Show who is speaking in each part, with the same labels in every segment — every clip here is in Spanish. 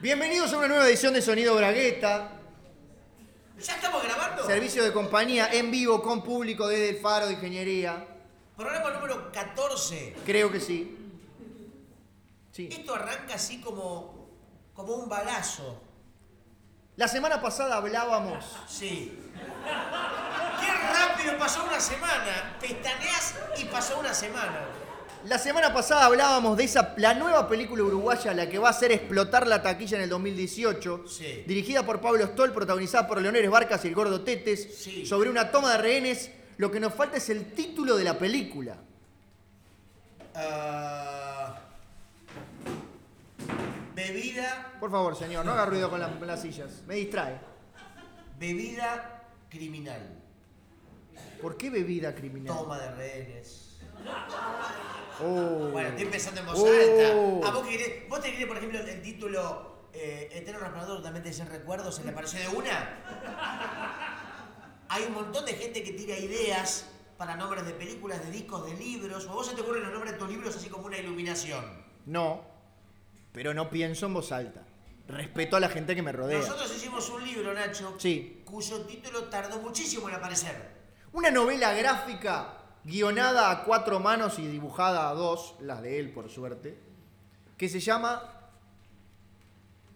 Speaker 1: Bienvenidos a una nueva edición de Sonido Bragueta,
Speaker 2: ¿Ya estamos grabando?
Speaker 1: servicio de compañía en vivo con público desde el Faro de Ingeniería.
Speaker 2: Programa número 14.
Speaker 1: Creo que sí. Sí.
Speaker 2: Esto arranca así como, como un balazo.
Speaker 1: La semana pasada hablábamos.
Speaker 2: Sí. ¡Qué rápido! Pasó una semana. Pestaneas y pasó una semana.
Speaker 1: La semana pasada hablábamos de esa, la nueva película uruguaya, la que va a hacer explotar la taquilla en el 2018,
Speaker 2: Sí.
Speaker 1: dirigida por Pablo Stoll, protagonizada por Leonel Barcas y el Gordo Tetes,
Speaker 2: Sí.
Speaker 1: sobre una toma de rehenes. Lo que nos falta es el título de la película.
Speaker 2: Ah, bebida,
Speaker 1: Por favor, señor, no haga ruido con, la- con las sillas. Me distrae.
Speaker 2: bebida criminal.
Speaker 1: ¿Por qué bebida criminal?
Speaker 2: Toma de rehenes.
Speaker 1: Oh.
Speaker 2: Bueno, estoy pensando en voz
Speaker 1: Oh.
Speaker 2: alta. ¿A vos, que querés- vos te querés, por ejemplo, el título eh, Eterno Resplandor también te dicen recuerdos? ¿Se te apareció de una? Hay un montón de gente que tira ideas para nombres de películas, de discos, de libros. ¿O a vos se te ocurren los nombres de tus libros así como una iluminación?
Speaker 1: No, pero no pienso en voz alta. Respeto a la gente que me rodea.
Speaker 2: Nosotros hicimos un libro, Nacho,
Speaker 1: Sí.
Speaker 2: cuyo título tardó muchísimo en aparecer.
Speaker 1: Una novela gráfica guionada a cuatro manos y dibujada a dos, las de él por suerte, que se llama...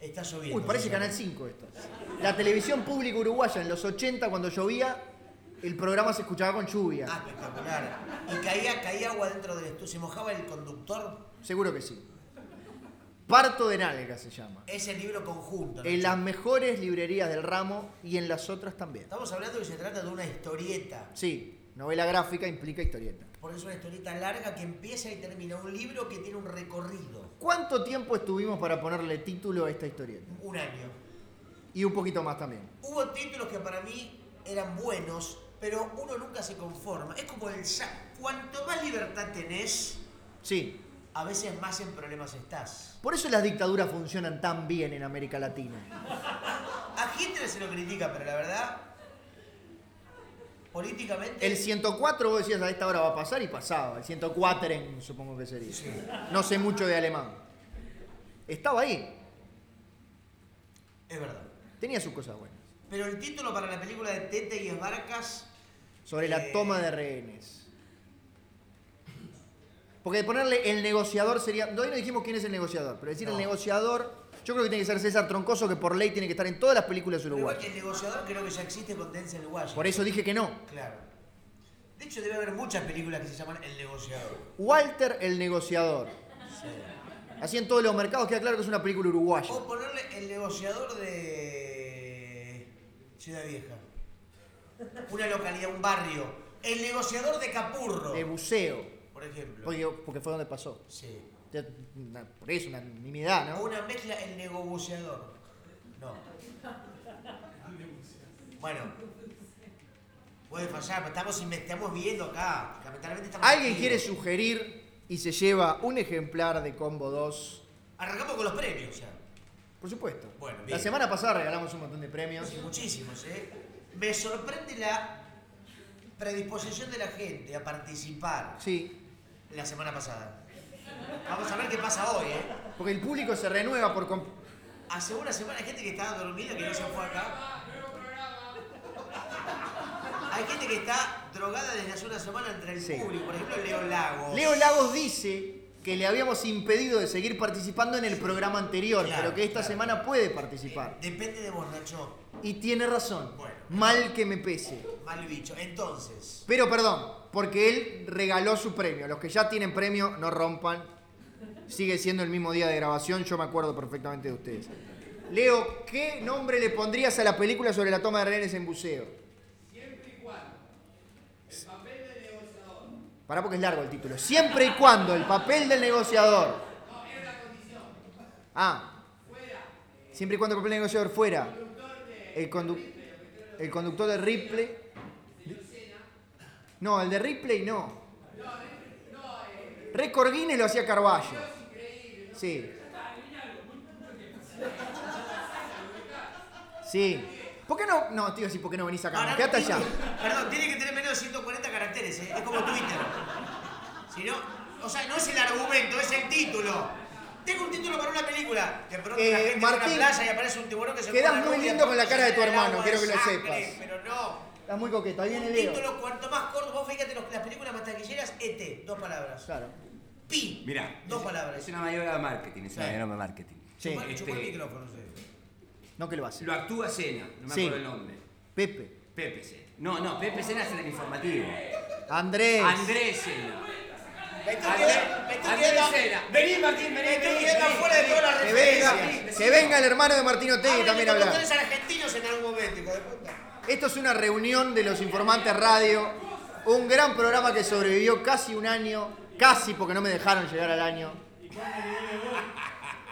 Speaker 2: Está lloviendo.
Speaker 1: Uy, parece
Speaker 2: Susana.
Speaker 1: Canal 5 esto. La televisión pública uruguaya en los 80 cuando llovía, el programa se escuchaba con lluvia.
Speaker 2: Ah, espectacular. Y caía, caía agua dentro del estudio. ¿Se mojaba el conductor?
Speaker 1: Seguro que sí. Parto de Nalga se llama.
Speaker 2: Ese libro conjunto. Nacho.
Speaker 1: En las mejores librerías del ramo y en las otras también.
Speaker 2: Estamos hablando que se trata de una historieta.
Speaker 1: Sí, novela gráfica implica historieta.
Speaker 2: Porque es una historieta larga que empieza y termina. Un libro que tiene un recorrido.
Speaker 1: ¿Cuánto tiempo estuvimos para ponerle título a esta historieta?
Speaker 2: Un año.
Speaker 1: Y un poquito más también.
Speaker 2: Hubo títulos que para mí eran buenos, pero uno nunca se conforma. Es como el ya. Cuanto más libertad tenés,
Speaker 1: Sí.
Speaker 2: a veces más en problemas estás.
Speaker 1: Por eso las dictaduras funcionan tan bien en América Latina.
Speaker 2: A Hitler se lo critica, pero la verdad. Políticamente.
Speaker 1: El 104, vos decías, a esta hora va a pasar y pasaba. El 104, supongo que sería.
Speaker 2: Sí.
Speaker 1: No sé mucho de alemán. Estaba ahí.
Speaker 2: Es verdad.
Speaker 1: Tenía sus cosas buenas.
Speaker 2: Pero el título para la película de Tete y Esbarcas.
Speaker 1: Sobre
Speaker 2: Eh.
Speaker 1: la toma de rehenes. Porque de ponerle el negociador sería. Hoy no dijimos quién es el negociador, pero decir
Speaker 2: No.
Speaker 1: el negociador. Yo creo que tiene que ser César Troncoso, que por ley tiene que estar en todas las películas
Speaker 2: pero Igual que
Speaker 1: uruguayas.
Speaker 2: el negociador, creo que ya existe con Denzel Washington.
Speaker 1: Por eso dije que no.
Speaker 2: Claro. De hecho, debe haber muchas películas que se llaman El negociador.
Speaker 1: Walter el negociador. Así en todos los mercados queda claro que es una película uruguaya.
Speaker 2: O ponerle El negociador de Ciudad Vieja. Una localidad, un barrio. El negociador de Capurro,
Speaker 1: De buceo.
Speaker 2: por ejemplo.
Speaker 1: Porque, porque fue donde pasó.
Speaker 2: Sí.
Speaker 1: Ya, una- Por eso, una nimiedad,
Speaker 2: O
Speaker 1: ¿no?
Speaker 2: una mezcla, el negociador. No. Bueno. Puede fallar, pero estamos, inve- estamos viendo acá. Lamentablemente estamos
Speaker 1: Alguien
Speaker 2: activos.
Speaker 1: quiere sugerir y se lleva un ejemplar de Combo 2.
Speaker 2: Arrancamos con los premios ya.
Speaker 1: Por supuesto.
Speaker 2: Bueno, bien.
Speaker 1: la semana pasada regalamos un montón de premios.
Speaker 2: Sí, muchísimos, ¿eh? Me sorprende la predisposición de la gente a participar
Speaker 1: Sí.
Speaker 2: la semana pasada. Vamos a ver qué pasa hoy, ¿eh?
Speaker 1: Porque el público se renueva por... com-
Speaker 2: Hace una semana hay gente que estaba dormida, que no se fue acá. Hay gente que está drogada desde hace una semana entre el
Speaker 1: Sí.
Speaker 2: público. Por ejemplo, Leo Lago.
Speaker 1: Leo Lagos dice que le habíamos impedido de seguir participando en el programa anterior,
Speaker 2: Claro,
Speaker 1: pero que esta
Speaker 2: claro.
Speaker 1: semana puede participar.
Speaker 2: Depende de vos, Nacho.
Speaker 1: Y tiene razón.
Speaker 2: Bueno.
Speaker 1: Mal que me pese.
Speaker 2: Mal bicho. Entonces,
Speaker 1: Pero perdón, porque él regaló su premio. Los que ya tienen premio, no rompan. Sigue siendo el mismo día de grabación, yo me acuerdo perfectamente de ustedes. Leo, ¿qué nombre le pondrías a la película sobre la toma de rehenes en buceo? Pará porque es largo el título. Siempre y cuando el papel del negociador. Ah. Siempre y cuando el papel del negociador fuera. El, condu- el conductor de Ripley. No, el de Ripley no. Record Guinness lo hacía Carballo. Sí. Sí. ¿Por qué no? No, tío, sí, ¿por qué no venís acá?
Speaker 2: Ahora,
Speaker 1: Quédate
Speaker 2: tiene-
Speaker 1: allá.
Speaker 2: Perdón, tiene que tener menos de 140 caracteres, ¿eh? es como Twitter. Si no, o sea, no es el argumento, es el título. Tengo un título para una película. De pronto la
Speaker 1: Eh,
Speaker 2: gente va a una
Speaker 1: Martín,
Speaker 2: playa y aparece un tiburón que se
Speaker 1: quedás
Speaker 2: pone
Speaker 1: muy
Speaker 2: rubio,
Speaker 1: lindo con la
Speaker 2: pronto
Speaker 1: cara de
Speaker 2: se
Speaker 1: tu
Speaker 2: llena el
Speaker 1: hermano,
Speaker 2: agua
Speaker 1: quiero
Speaker 2: de
Speaker 1: que lo
Speaker 2: sangre,
Speaker 1: sepas.
Speaker 2: Pero no.
Speaker 1: Estás muy coqueto, ahí viene
Speaker 2: Un
Speaker 1: Leo.
Speaker 2: título cuanto más corto, vos fíjate los- las películas más taquilleras, ET, dos palabras.
Speaker 1: Claro.
Speaker 2: Pi,
Speaker 3: Mirá.
Speaker 2: dos palabras.
Speaker 3: Es una maniobra de marketing, es una
Speaker 2: Sí.
Speaker 3: maniobra de marketing.
Speaker 1: Sí.
Speaker 2: Chupá- chupá el
Speaker 3: Este-
Speaker 2: micrófono, sí.
Speaker 1: No que lo hace.
Speaker 3: Lo actúa Sena, no me
Speaker 1: Sí.
Speaker 3: acuerdo el nombre.
Speaker 1: Pepe.
Speaker 3: Pepe Sena. No, no, Pepe Sena es el informativo.
Speaker 1: Andrés.
Speaker 3: Andrés Sena.
Speaker 2: Me estoy
Speaker 3: Andrés
Speaker 2: quedando- me estoy
Speaker 3: Andrés
Speaker 2: quedando-
Speaker 3: Sena. Vení, Martín, vení.
Speaker 2: me estoy
Speaker 3: vení,
Speaker 2: quedando
Speaker 3: vení,
Speaker 2: fuera de
Speaker 3: vení.
Speaker 2: todas las
Speaker 1: Que
Speaker 2: referencias.
Speaker 1: venga, que venga el hermano de Martín Otegui
Speaker 2: Háblame
Speaker 1: también a
Speaker 2: con
Speaker 1: hablar.
Speaker 2: ustedes argentinos en algún momento, hijo de puta.
Speaker 1: Esto es una reunión de los informantes radio, un gran programa que sobrevivió casi un año, casi porque no me dejaron llegar al año.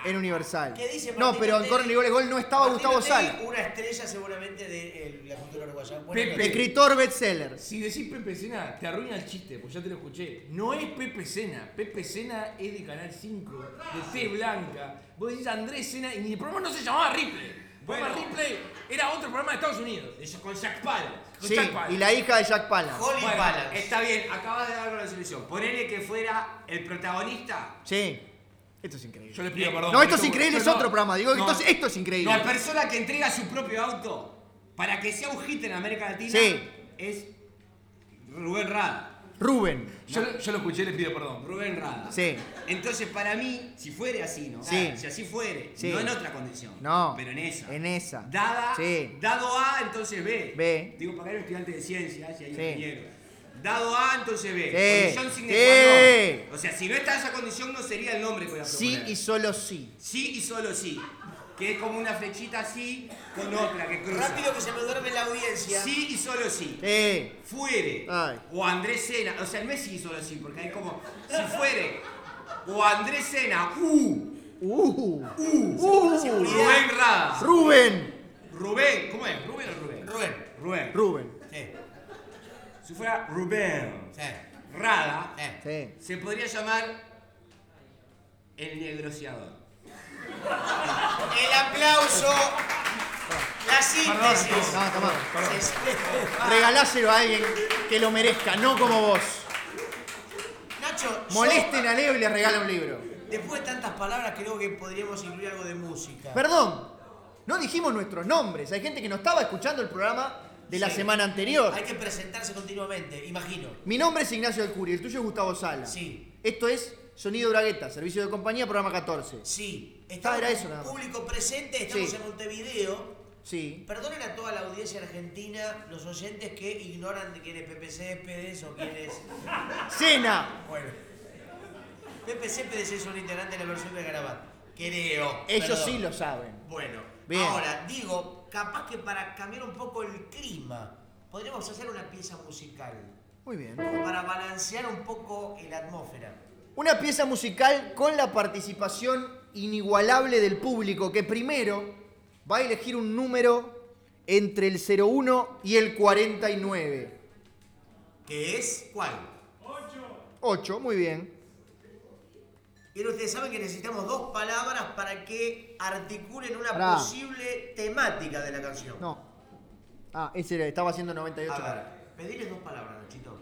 Speaker 1: En Universal.
Speaker 2: ¿Qué dice
Speaker 1: no,
Speaker 2: Martín
Speaker 1: pero en
Speaker 2: Otegui?
Speaker 1: Corner y Goles Gol no estaba
Speaker 2: Martín
Speaker 1: Gustavo
Speaker 2: Otegui,
Speaker 1: Sala.
Speaker 2: Una estrella seguramente de eh, la cultura uruguaya. Buenas
Speaker 3: Pepe.
Speaker 2: noches.
Speaker 1: Escritor bestseller.
Speaker 3: Si decís Pepe Sena, te arruina el chiste, pues ya te lo escuché. No es Pepe Sena. Pepe Sena es de Canal 5, de T Blanca. Vos decís Andrés Sena y ni el programa no se llamaba Ripley. El programa
Speaker 2: Bueno.
Speaker 3: Ripley era otro programa de Estados Unidos, de ellos con Jack Palance. Con
Speaker 1: Sí,
Speaker 3: Jack Palance.
Speaker 1: y la hija de Jack Palance.
Speaker 2: Holly
Speaker 3: Bueno, este-
Speaker 2: Balance.
Speaker 3: está bien, acabas de dar una solución. Ponele que fuera el protagonista.
Speaker 1: Sí. Esto es increíble.
Speaker 3: Yo le pido
Speaker 2: Eh,
Speaker 3: perdón.
Speaker 1: No,
Speaker 3: por
Speaker 1: esto es increíble,
Speaker 3: pero
Speaker 1: es
Speaker 3: no.
Speaker 1: otro programa. Digo,
Speaker 3: No.
Speaker 1: esto, es, esto es increíble.
Speaker 3: La persona que entrega su propio auto para que sea un hit en América Latina
Speaker 1: Sí.
Speaker 3: es Rubén Rada.
Speaker 1: Rubén.
Speaker 3: Yo, yo lo escuché, le pido perdón. Rubén Rada.
Speaker 1: Sí.
Speaker 3: Entonces, para mí, si fuere así, ¿no? Ah,
Speaker 1: Sí.
Speaker 3: Si así fuere,
Speaker 1: Sí.
Speaker 3: no en otra condición.
Speaker 1: No.
Speaker 3: Pero en esa.
Speaker 1: En esa.
Speaker 3: Dada,
Speaker 1: Sí.
Speaker 3: Dado A, entonces B.
Speaker 1: B.
Speaker 3: Digo, para que era estudiante de ciencias y hay
Speaker 1: Sí.
Speaker 3: ingeniero. Dado A, entonces B.
Speaker 1: Sí.
Speaker 3: Condición sin
Speaker 1: Sí.
Speaker 3: O sea, si no está esa condición, no sería el nombre que voy a
Speaker 1: Sí
Speaker 3: proponer.
Speaker 1: y solo sí.
Speaker 3: Sí y solo sí. Que es como una flechita así con otra que cruza.
Speaker 2: Rápido que se me duerme la audiencia.
Speaker 3: Sí y solo sí.
Speaker 1: Sí.
Speaker 3: Fuere.
Speaker 1: Ay.
Speaker 3: O Andrés Sena. O sea, no es sí y solo sí, porque hay como. Si fuere. O Andrés Sena. Uh.
Speaker 1: Uh.
Speaker 3: Rubén
Speaker 1: Uh.
Speaker 3: Rada.
Speaker 1: Rubén.
Speaker 3: Rubén. ¿Cómo es? ¿Rubén o Rubén?
Speaker 2: Rubén.
Speaker 3: Rubén.
Speaker 1: Rubén.
Speaker 2: Sí,
Speaker 3: Si fuera Rubén
Speaker 2: sí,
Speaker 3: Rada,
Speaker 2: sí.
Speaker 1: Sí.
Speaker 3: se podría llamar. El negrociador.
Speaker 2: El aplauso. La síntesis.
Speaker 1: No, toma.
Speaker 2: Sí, sí.
Speaker 1: Regaláselo a alguien que lo merezca, no como vos.
Speaker 2: Nacho, yo-
Speaker 1: Molesten a Leo y le regala un libro.
Speaker 2: después de tantas palabras, creo que podríamos incluir algo de música.
Speaker 1: Perdón, no dijimos nuestros nombres. Hay gente que no estaba escuchando el programa de la
Speaker 2: Sí.
Speaker 1: semana anterior.
Speaker 2: Hay que presentarse continuamente, imagino.
Speaker 1: Mi nombre es Ignacio del Curi, el tuyo es Gustavo Sala.
Speaker 2: Sí.
Speaker 1: Esto es Sonido Bragueta, servicio de compañía, programa 14.
Speaker 2: Sí,
Speaker 1: Ah,
Speaker 2: estamos
Speaker 1: era eso nada más.
Speaker 2: público presente, estamos
Speaker 1: Sí.
Speaker 2: en Montevideo.
Speaker 1: Sí.
Speaker 2: Perdonen a toda la audiencia argentina, los oyentes que ignoran de quién es Pepe Céspedes o quién es.
Speaker 1: Cena,
Speaker 2: Bueno. Pepe Céspedes es un integrante de la versión de Garabat. Creo.
Speaker 1: ellos
Speaker 2: perdón.
Speaker 1: sí lo saben.
Speaker 2: Bueno,
Speaker 1: Bien.
Speaker 2: ahora digo, capaz que para cambiar un poco el clima, podríamos hacer una pieza musical.
Speaker 1: Muy bien.
Speaker 2: como Para balancear un poco la atmósfera.
Speaker 1: Una pieza musical con la participación inigualable del público que primero va a elegir un número entre el 01 y el 49.
Speaker 2: ¿Qué es? ¿Cuál?
Speaker 1: 8, muy bien.
Speaker 2: Pero ustedes saben que necesitamos dos palabras para que articulen una
Speaker 1: Pará.
Speaker 2: posible temática de la canción.
Speaker 1: No. Ah, ese era, estaba haciendo 98.
Speaker 2: A ver, pediles dos palabras, Nachito.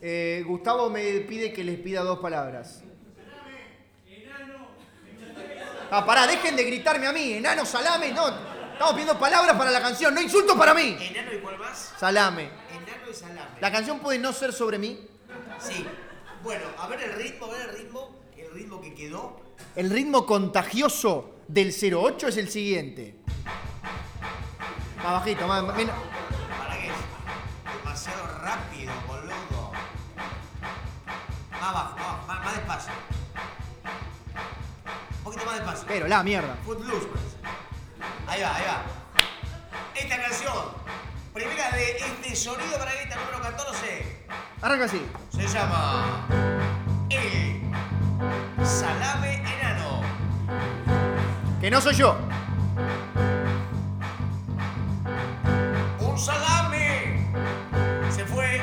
Speaker 1: Eh, Gustavo me pide que les pida dos palabras. Ah, pará, dejen de gritarme a mí, enano, salame, no. Estamos pidiendo palabras para la canción, no insultos para mí.
Speaker 2: Enano y cuál más?
Speaker 1: Salame.
Speaker 2: Enano y salame.
Speaker 1: La canción puede no ser sobre mí.
Speaker 2: Sí. Bueno, a ver el ritmo, a ver el ritmo, el ritmo que quedó.
Speaker 1: El ritmo contagioso del 08 es el siguiente. Más bajito, más, menos.
Speaker 2: ¿Para qué? Demasiado rápido, boludo. Más abajo, más, más, más despacio. Un poquito más despacio.
Speaker 1: Pero la mierda.
Speaker 2: Footloose, parece. Ahí va, ahí va. Esta canción, primera de este sonido para esta número 14,
Speaker 1: Arranca así.
Speaker 2: se llama El Salame Enano.
Speaker 1: Que no soy yo.
Speaker 2: Un salame se fue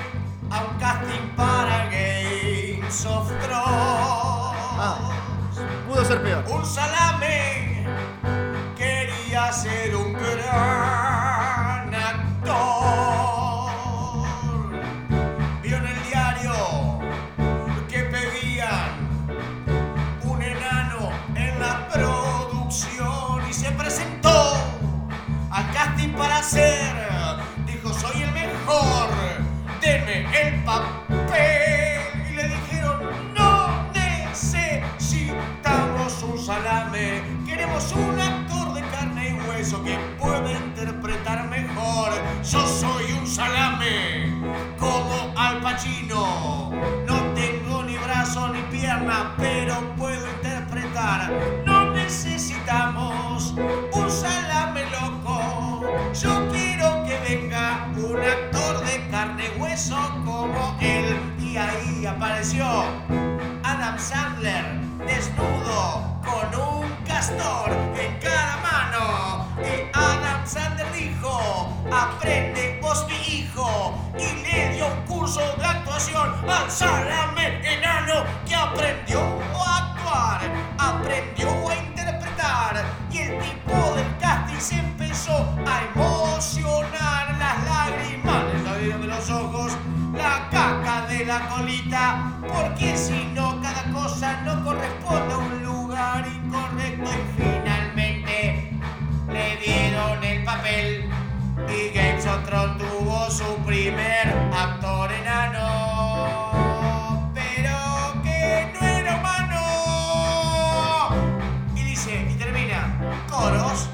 Speaker 2: a un casting para Games of Thrones.
Speaker 1: Pudo ser peor.
Speaker 2: Un salame quería ser un gran actor. Vio en el diario que pedían un enano en la Tenemos un actor de carne y hueso que puede interpretar mejor. Yo soy un salame, como Al Pacino. No tengo ni brazo ni pierna, pero puedo interpretar. No necesitamos un salame loco. Yo quiero que venga un actor de carne y hueso como él. Y ahí apareció Adam Sandler, desnudo, con un castor en cada mano. Y Adam Sandler dijo, aprende vos mi hijo. Y le dio un curso de actuación al salame enano que aprendió a actuar, aprendió a interpretar. Y el tipo del casting se empezó a emocionar. Las lágrimas le salieron de los ojos, la caca de la colita, porque si no, cada cosa no corresponde a un lugar incorrecto. Y finalmente le dieron el papel. Y Games of Thrones tuvo su primer actor enano. Pero que no era humano. Y dice, y termina, coros.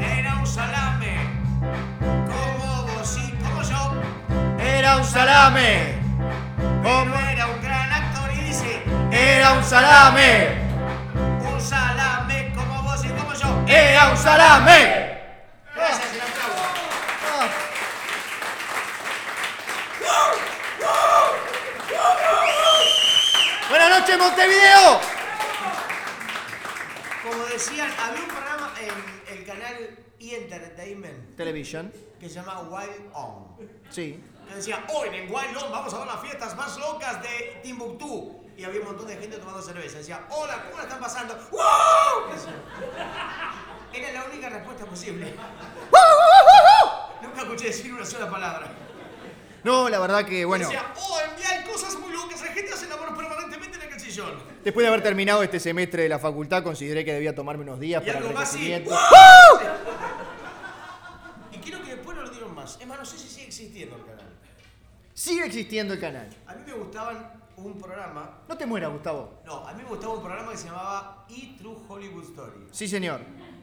Speaker 2: Era un salame. Como vos y como yo.
Speaker 1: Era un salame.
Speaker 2: Pero era un gran actor y dice,
Speaker 1: Era un salame.
Speaker 2: un salame como vos y como yo.
Speaker 1: Era un salame.
Speaker 2: Gracias, el aplauso.
Speaker 1: Buenas noches, Montevideo.
Speaker 2: Como decían, había un programa en el canal E Entertainment
Speaker 1: Television.
Speaker 2: que se llama Wild On.
Speaker 1: Sí.
Speaker 2: Me decía, hoy en Guaylón vamos a ver las fiestas más locas de Timbuktu. Y había un montón de gente tomando cerveza. Decía, hola, ¿cómo la están pasando? ¡Wow! Eso. Era la única respuesta posible. Nunca escuché decir una sola palabra.
Speaker 1: No, la verdad que, bueno,
Speaker 2: Decía, oh, en Vía hay cosas muy locas. La gente hace el amor permanentemente en aquel sillón.
Speaker 1: después de haber terminado este semestre de la facultad, consideré que debía tomarme unos días
Speaker 2: Y
Speaker 1: para el
Speaker 2: algo más así.
Speaker 1: reconocimiento.
Speaker 2: Y quiero que después no lo dieron más. Es más, no sé si sigue existiendo el canal.
Speaker 1: Sigue existiendo el canal.
Speaker 2: A mí me gustaban un programa.
Speaker 1: No te mueras, Gustavo.
Speaker 2: No, a mí me gustaba un programa que se llamaba E True Hollywood Story.
Speaker 1: Sí, señor.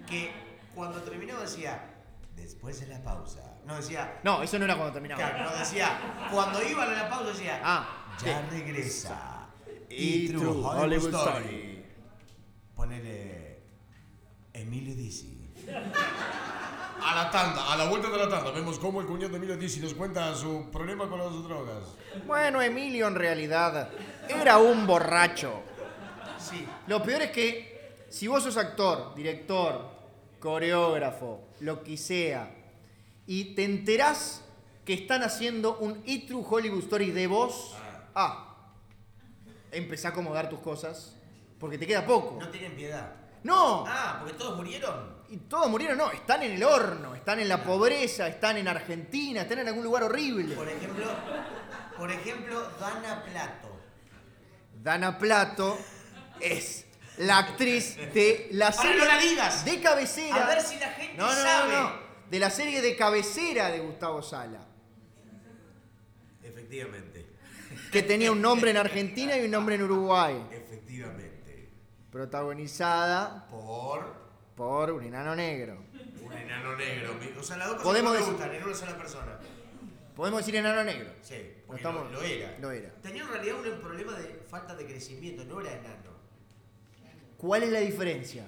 Speaker 2: que cuando terminaba decía, después de la pausa. No decía,
Speaker 1: No, eso no era cuando terminaba.
Speaker 2: claro, no decía, cuando iban a la pausa decía,
Speaker 1: Ah,
Speaker 2: ya regresa.
Speaker 1: Y True Hollywood Story.
Speaker 2: Ponele Emilio Dizzy.
Speaker 4: A la tanda, a la vuelta de la tanda, vemos cómo el cuñado de Emilio Dizzy nos cuenta su problema con las drogas.
Speaker 1: Bueno, Emilio en realidad era un borracho.
Speaker 2: Sí,
Speaker 1: Lo peor es que si vos sos actor, director, coreógrafo, lo que sea, y te enterás que están haciendo un E True Hollywood Story de vos, ah, empezá a acomodar tus cosas, porque te queda poco.
Speaker 2: no tienen piedad.
Speaker 1: No,
Speaker 2: Ah, porque todos murieron.
Speaker 1: y todos murieron, no, están en el horno, están en la pobreza, están en Argentina, están en algún lugar horrible.
Speaker 2: Por ejemplo, por ejemplo, Dana Plato.
Speaker 1: Dana Plato es la actriz de la
Speaker 2: Ahora
Speaker 1: serie
Speaker 2: no la digas.
Speaker 1: de cabecera.
Speaker 2: A ver si la gente
Speaker 1: No, no, no,
Speaker 2: sabe.
Speaker 1: no. De la serie de cabecera de Gustavo Sala,
Speaker 2: Efectivamente,
Speaker 1: que tenía un nombre en Argentina y un nombre en Uruguay,
Speaker 2: efectivamente.
Speaker 1: protagonizada
Speaker 2: Por
Speaker 1: por un enano negro.
Speaker 2: Un enano negro, mi- o sea, las dos cosas
Speaker 1: Podemos
Speaker 2: no me
Speaker 1: decir-
Speaker 2: gustan en una sola persona.
Speaker 1: Podemos decir enano negro.
Speaker 2: Sí,
Speaker 1: No
Speaker 2: porque
Speaker 1: estamos-
Speaker 2: lo, lo era.
Speaker 1: lo era.
Speaker 2: Tenía en realidad un problema de falta de crecimiento, no era enano.
Speaker 1: ¿Cuál es la diferencia?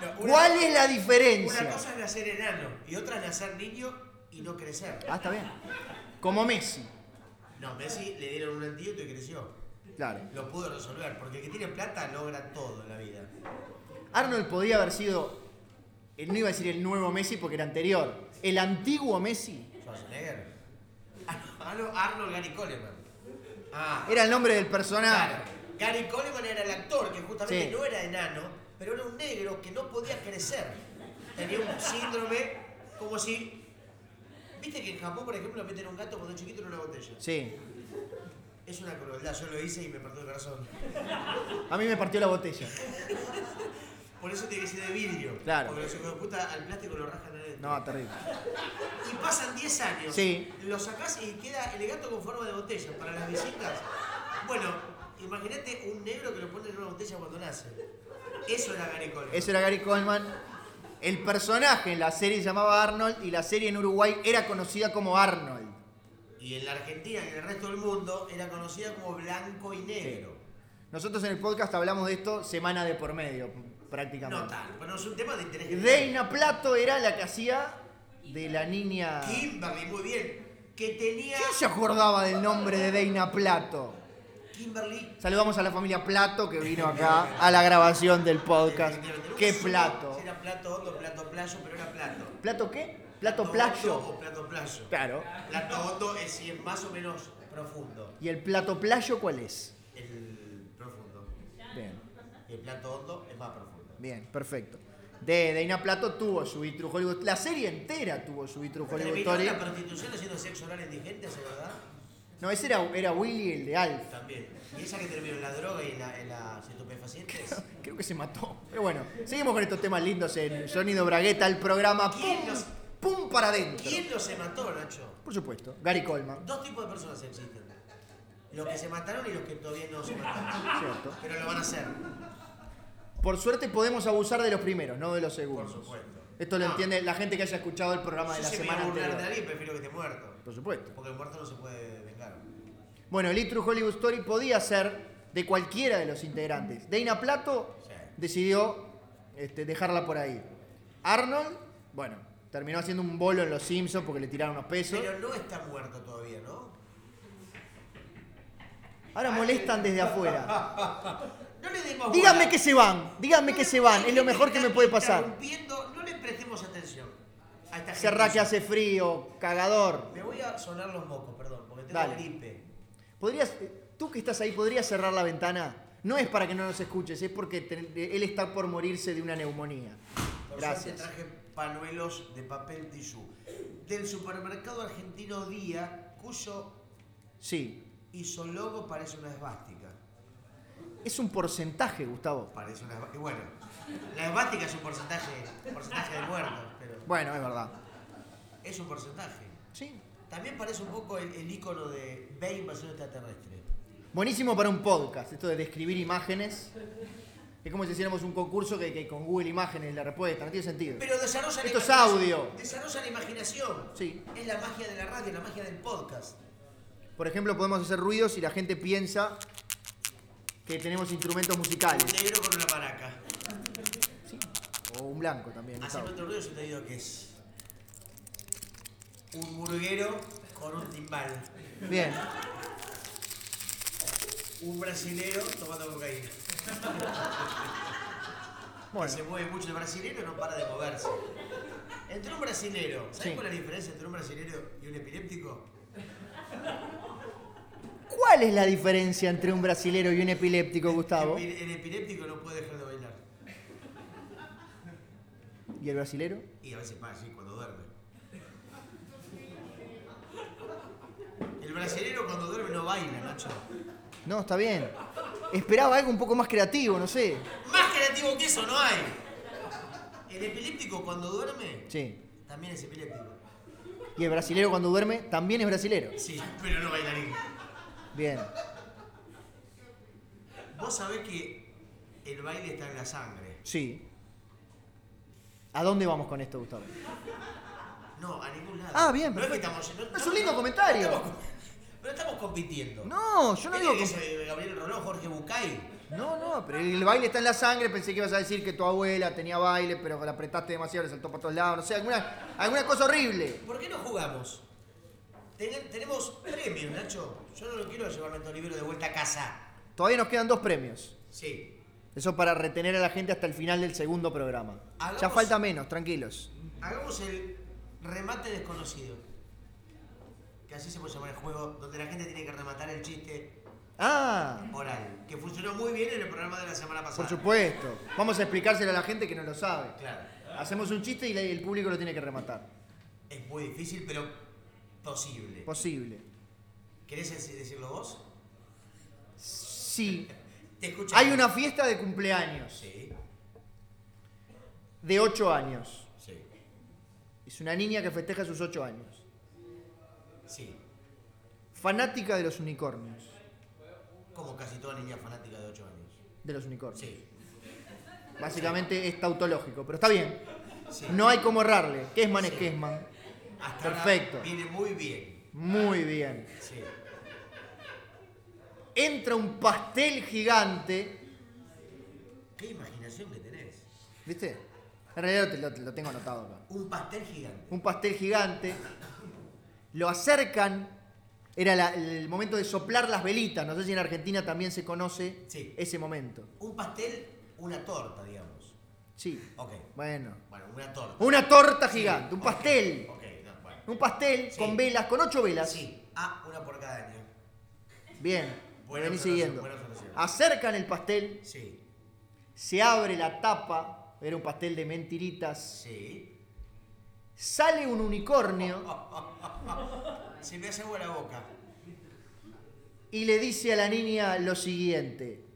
Speaker 2: No, una-
Speaker 1: ¿Cuál es la diferencia?
Speaker 2: Una cosa es nacer enano y otra es nacer niño y no crecer.
Speaker 1: Ah, está bien. Como Messi.
Speaker 2: No, Messi le dieron un antídoto y creció.
Speaker 1: Claro.
Speaker 2: Lo pudo resolver, porque el que tiene plata logra todo en la vida.
Speaker 1: Arnold podía haber sido, eh, no iba a decir el nuevo Messi porque era anterior, el antiguo Messi.
Speaker 2: Schwarzenegger. Ah, no, ah, no, Arnold Gary Coleman. Ah,
Speaker 1: Era el nombre del personaje.
Speaker 2: Claro. Gary Coleman era el actor que justamente
Speaker 1: Sí.
Speaker 2: no era enano, pero era un negro que no podía crecer. Tenía un síndrome como si. ¿Viste que en Japón, por ejemplo, meten a un gato cuando es chiquito en una botella?
Speaker 1: Sí.
Speaker 2: Es una crueldad, yo lo hice y me partió el corazón.
Speaker 1: A mí me partió la botella.
Speaker 2: Por eso tiene que ser de vidrio.
Speaker 1: Claro.
Speaker 2: Porque los hijos de puta al plástico lo rajan adentro.
Speaker 1: No, terrible.
Speaker 2: Y pasan 10 años.
Speaker 1: Sí.
Speaker 2: Lo sacás y queda el gato con forma de botella para las visitas. Bueno, Imagínate un negro que lo pone en una botella cuando nace. Eso era Gary Coleman.
Speaker 1: Ese era Gary Coleman. El personaje en la serie se llamaba Arnold y la serie en Uruguay era conocida como Arnold.
Speaker 2: Y en la Argentina y en el resto del mundo era conocida como blanco y negro.
Speaker 1: Nosotros en el podcast hablamos de esto semana de por medio,
Speaker 2: No
Speaker 1: prácticamente.
Speaker 2: tal, pero es un tema de interés. general.
Speaker 1: Deina Plato era la que hacía de la niña.
Speaker 2: Kimberly, muy bien. Que tenía.
Speaker 1: ¿Quién se acordaba del nombre de Deina Plato?
Speaker 2: Kimberly. eh,
Speaker 1: Saludamos a la familia Plato que vino acá a la grabación del podcast.
Speaker 2: definitivamente, nunca
Speaker 1: ¿Qué
Speaker 2: supo
Speaker 1: plato?
Speaker 2: si era plato hondo, plato playo, pero era plato.
Speaker 1: ¿Plato qué? ¿Plato
Speaker 2: hondo
Speaker 1: playo?
Speaker 2: O plato playo.
Speaker 1: Claro.
Speaker 2: Plato hondo es si es más o menos profundo.
Speaker 1: ¿Y el plato playo cuál es?
Speaker 2: El profundo.
Speaker 1: Bien,
Speaker 2: Y el plato hondo es más profundo.
Speaker 1: bien, perfecto. De Deina Plato tuvo su It True Hollywood. La serie entera tuvo su It True Hollywood
Speaker 2: ¿Terminó
Speaker 1: Story.
Speaker 2: la prostitución haciendo sexo oral en indigentes, ¿se verdad?
Speaker 1: No, ese era, era Willy, el de Alf.
Speaker 2: También. ¿Y esa que terminó en la droga y en, la, en las estupefacientes?
Speaker 1: Creo que se mató. Pero bueno, seguimos con estos temas lindos en Sonido Bragueta, el programa Pum,
Speaker 2: ¿Quién los-
Speaker 1: pum para adentro.
Speaker 2: ¿Quién los se mató, Nacho?
Speaker 1: Por supuesto, Gary Coleman.
Speaker 2: Dos tipos de personas existen. Los que se mataron y los que todavía no se mataron.
Speaker 1: Cierto.
Speaker 2: Pero lo van a hacer.
Speaker 1: Por suerte podemos abusar de los primeros, no de los segundos.
Speaker 2: Por supuesto.
Speaker 1: Esto lo
Speaker 2: No.
Speaker 1: entiende la gente que haya escuchado el programa de
Speaker 2: Yo
Speaker 1: la
Speaker 2: si me
Speaker 1: semana
Speaker 2: voy a burlar de
Speaker 1: anterior.
Speaker 2: alguien, prefiero que esté muerto.
Speaker 1: Por supuesto.
Speaker 2: Porque el muerto no se puede vengar.
Speaker 1: Bueno, el True Hollywood Story podía ser de cualquiera de los integrantes. Dana Plato
Speaker 2: Sí.
Speaker 1: decidió este, dejarla por ahí. Arnold, bueno, terminó haciendo un bolo en Los Simpsons porque le tiraron unos pesos.
Speaker 2: Pero no está muerto todavía, ¿no?
Speaker 1: Ahora molestan desde afuera.
Speaker 2: No le demos
Speaker 1: Díganme
Speaker 2: bola.
Speaker 1: que se van, díganme
Speaker 2: No
Speaker 1: que
Speaker 2: le-
Speaker 1: se van, es lo mejor que me puede
Speaker 2: Está
Speaker 1: pasar.
Speaker 2: interrumpiendo, No le prestemos atención a esta gente.
Speaker 1: Cerrá que hace frío, cagador.
Speaker 2: Me voy a sonar los mocos, perdón, porque tengo
Speaker 1: Dale.
Speaker 2: gripe.
Speaker 1: ¿Podrías, tú que estás ahí, podrías cerrar la ventana? No es para que no nos escuches, es porque te- él está por morirse de una neumonía.
Speaker 2: Por
Speaker 1: Gracias.
Speaker 2: suerte traje panuelos de papel tisú del supermercado argentino Día, cuyo
Speaker 1: Sí,
Speaker 2: isólogo parece una esvástica.
Speaker 1: es un porcentaje, Gustavo.
Speaker 2: Parece una esvástica. Bueno, la esvástica es un porcentaje, porcentaje de muertos, pero
Speaker 1: Bueno, es verdad.
Speaker 2: es un porcentaje.
Speaker 1: Sí.
Speaker 2: También parece un poco el, el ícono de B invasión extraterrestre.
Speaker 1: Buenísimo para un podcast, esto de describir imágenes. Es como si hiciéramos un concurso que, que con Google Imágenes la respuesta, no tiene sentido.
Speaker 2: Pero desarrolla la
Speaker 1: Esto es
Speaker 2: imaginación.
Speaker 1: audio.
Speaker 2: Desarrolla la imaginación.
Speaker 1: Sí.
Speaker 2: Es la magia de la radio, la magia del podcast.
Speaker 1: Por ejemplo, podemos hacer ruidos y la gente piensa que tenemos instrumentos
Speaker 2: Un
Speaker 1: musicales.
Speaker 2: negro con una maraca.
Speaker 1: O un blanco también.
Speaker 2: Haceme
Speaker 1: Gustavo.
Speaker 2: otro ruido, yo te digo que es. Un burguero con un timbal.
Speaker 1: Bien.
Speaker 2: Un brasilero tomando cocaína.
Speaker 1: Bueno,
Speaker 2: Que se mueve mucho. El brasilero no para de moverse. Entre un brasilero. ¿Sabes
Speaker 1: Sí.
Speaker 2: cuál es la diferencia entre un brasilero y un epiléptico?
Speaker 1: ¿cuál es la diferencia entre un brasilero y un epiléptico, Gustavo?
Speaker 2: El, el epiléptico no puede dejar de bailar.
Speaker 1: ¿Y el brasilero?
Speaker 2: Y a veces más, sí, cuando duerme. El brasilero cuando duerme no baila, Nacho.
Speaker 1: No, está bien. Esperaba algo un poco más creativo, no sé.
Speaker 2: Más creativo que eso no hay. El epiléptico cuando duerme
Speaker 1: Sí.
Speaker 2: también es epiléptico.
Speaker 1: Y el brasilero cuando duerme también es brasilero.
Speaker 2: Sí, pero no bailarín.
Speaker 1: Bien.
Speaker 2: Vos sabés que el baile está en la sangre.
Speaker 1: Sí. ¿A dónde vamos con esto, Gustavo?
Speaker 2: No, a ningún lado.
Speaker 1: Ah, bien,
Speaker 2: No es que
Speaker 1: perfecto.
Speaker 2: estamos, no-
Speaker 1: Es
Speaker 2: no-
Speaker 1: un lindo
Speaker 2: no-
Speaker 1: comentario.
Speaker 2: No estamos, no estamos compitiendo.
Speaker 1: No, yo no digo
Speaker 2: que
Speaker 1: que...
Speaker 2: es eh, Gabriel Rolón, Jorge Bucay.
Speaker 1: No, no, pero el baile está en la sangre. Pensé que ibas a decir que tu abuela tenía baile, pero la apretaste demasiado, le saltó para todos lados. No sé, alguna, alguna cosa horrible.
Speaker 2: ¿Por qué no jugamos? Ten- tenemos premios, Nacho. Yo no lo quiero llevarme a tu Olivero de vuelta a casa.
Speaker 1: Todavía nos quedan dos premios.
Speaker 2: Sí.
Speaker 1: Eso para retener a la gente hasta el final del segundo programa. Ya
Speaker 2: Hagamos-
Speaker 1: falta menos, tranquilos.
Speaker 2: Hagamos el remate desconocido. Que así se puede llamar el juego, donde la gente tiene que rematar el chiste
Speaker 1: Ah,
Speaker 2: oral. Que funcionó muy bien en el programa de la semana pasada.
Speaker 1: por supuesto. Vamos a explicárselo a la gente que no lo sabe.
Speaker 2: Claro.
Speaker 1: Hacemos un chiste y la- el público lo tiene que rematar.
Speaker 2: Es muy difícil, pero posible.
Speaker 1: Posible.
Speaker 2: ¿Querés dec- decirlo vos?
Speaker 1: Sí.
Speaker 2: Te escucho.
Speaker 1: Hay una fiesta de cumpleaños
Speaker 2: Sí,
Speaker 1: de 8 años.
Speaker 2: sí,
Speaker 1: Es una niña que festeja sus 8 años.
Speaker 2: sí.
Speaker 1: Fanática de los unicornios.
Speaker 2: como casi toda niña fanática de 8 años.
Speaker 1: de los unicornios.
Speaker 2: Sí.
Speaker 1: Básicamente es tautológico, pero está bien.
Speaker 2: Sí.
Speaker 1: No hay como errarle. Kesman es
Speaker 2: Sí.
Speaker 1: Kesman.
Speaker 2: Hasta ahora
Speaker 1: Perfecto.
Speaker 2: viene muy bien.
Speaker 1: Muy bien.
Speaker 2: Sí.
Speaker 1: Entra un pastel gigante.
Speaker 2: Qué imaginación que tenés.
Speaker 1: ¿Viste? En realidad te lo, te lo tengo anotado acá.
Speaker 2: Un pastel gigante.
Speaker 1: Un pastel gigante. Lo acercan. Era la- el momento de soplar las velitas. No sé si en Argentina también se conoce
Speaker 2: Sí.
Speaker 1: ese momento.
Speaker 2: Un pastel, una torta, digamos.
Speaker 1: Sí.
Speaker 2: Ok.
Speaker 1: Bueno.
Speaker 2: Bueno, una torta.
Speaker 1: Una torta gigante. Un
Speaker 2: Ok,
Speaker 1: pastel.
Speaker 2: Ok, no, bueno.
Speaker 1: Un pastel
Speaker 2: Sí.
Speaker 1: con velas, con ocho velas.
Speaker 2: Sí. Ah, una por cada año.
Speaker 1: Bien.
Speaker 2: Buena
Speaker 1: Vení
Speaker 2: observación,
Speaker 1: siguiendo.
Speaker 2: buena observación.
Speaker 1: Acercan el pastel.
Speaker 2: Sí.
Speaker 1: Se abre la tapa. Era un pastel de mentiritas.
Speaker 2: Sí.
Speaker 1: Sale un unicornio
Speaker 2: Se me hace agua la boca.
Speaker 1: y le dice a la niña lo siguiente.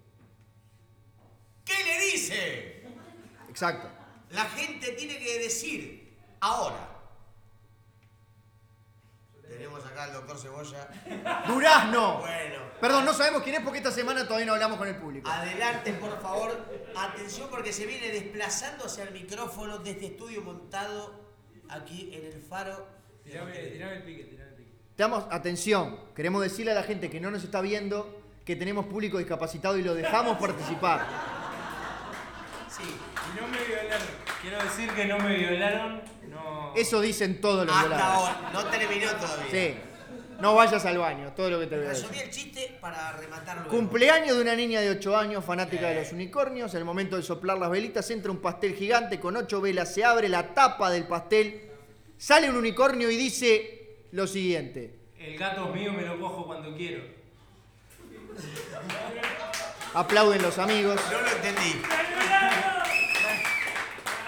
Speaker 2: ¿Qué le dice?
Speaker 1: Exacto.
Speaker 2: La gente tiene que decir ahora. Tenemos acá al doctor Cebolla.
Speaker 1: Durazno.
Speaker 2: Ah, Bueno.
Speaker 1: Perdón, no sabemos quién es porque esta semana todavía no hablamos con el público.
Speaker 2: Adelante, por favor. Atención porque se viene desplazando hacia el micrófono de este estudio montado aquí en el faro. de
Speaker 3: Tirame,
Speaker 2: Montevideo.
Speaker 3: tirame el pique, tirame el pique.
Speaker 1: Damos atención. Queremos decirle a la gente que no nos está viendo que tenemos público discapacitado y lo dejamos participar.
Speaker 2: Sí.
Speaker 5: Y no me violaron. Quiero decir que no me violaron. No.
Speaker 1: Eso dicen todos los
Speaker 2: Hasta
Speaker 1: violadores.
Speaker 2: ahora. No terminó todavía.
Speaker 1: Sí. No vayas al baño, todo lo que te voy a decir.
Speaker 2: Resumí el chiste para rematarlo.
Speaker 1: Cumpleaños de una niña de 8 años, fanática
Speaker 2: Eh.
Speaker 1: de los unicornios. Al momento de soplar las velitas, entra un pastel gigante con 8 velas. Se abre la tapa del pastel. Sale un unicornio y dice lo siguiente.
Speaker 5: El gato es mío, me lo cojo cuando quiero.
Speaker 1: Aplauden los amigos.
Speaker 2: No lo entendí.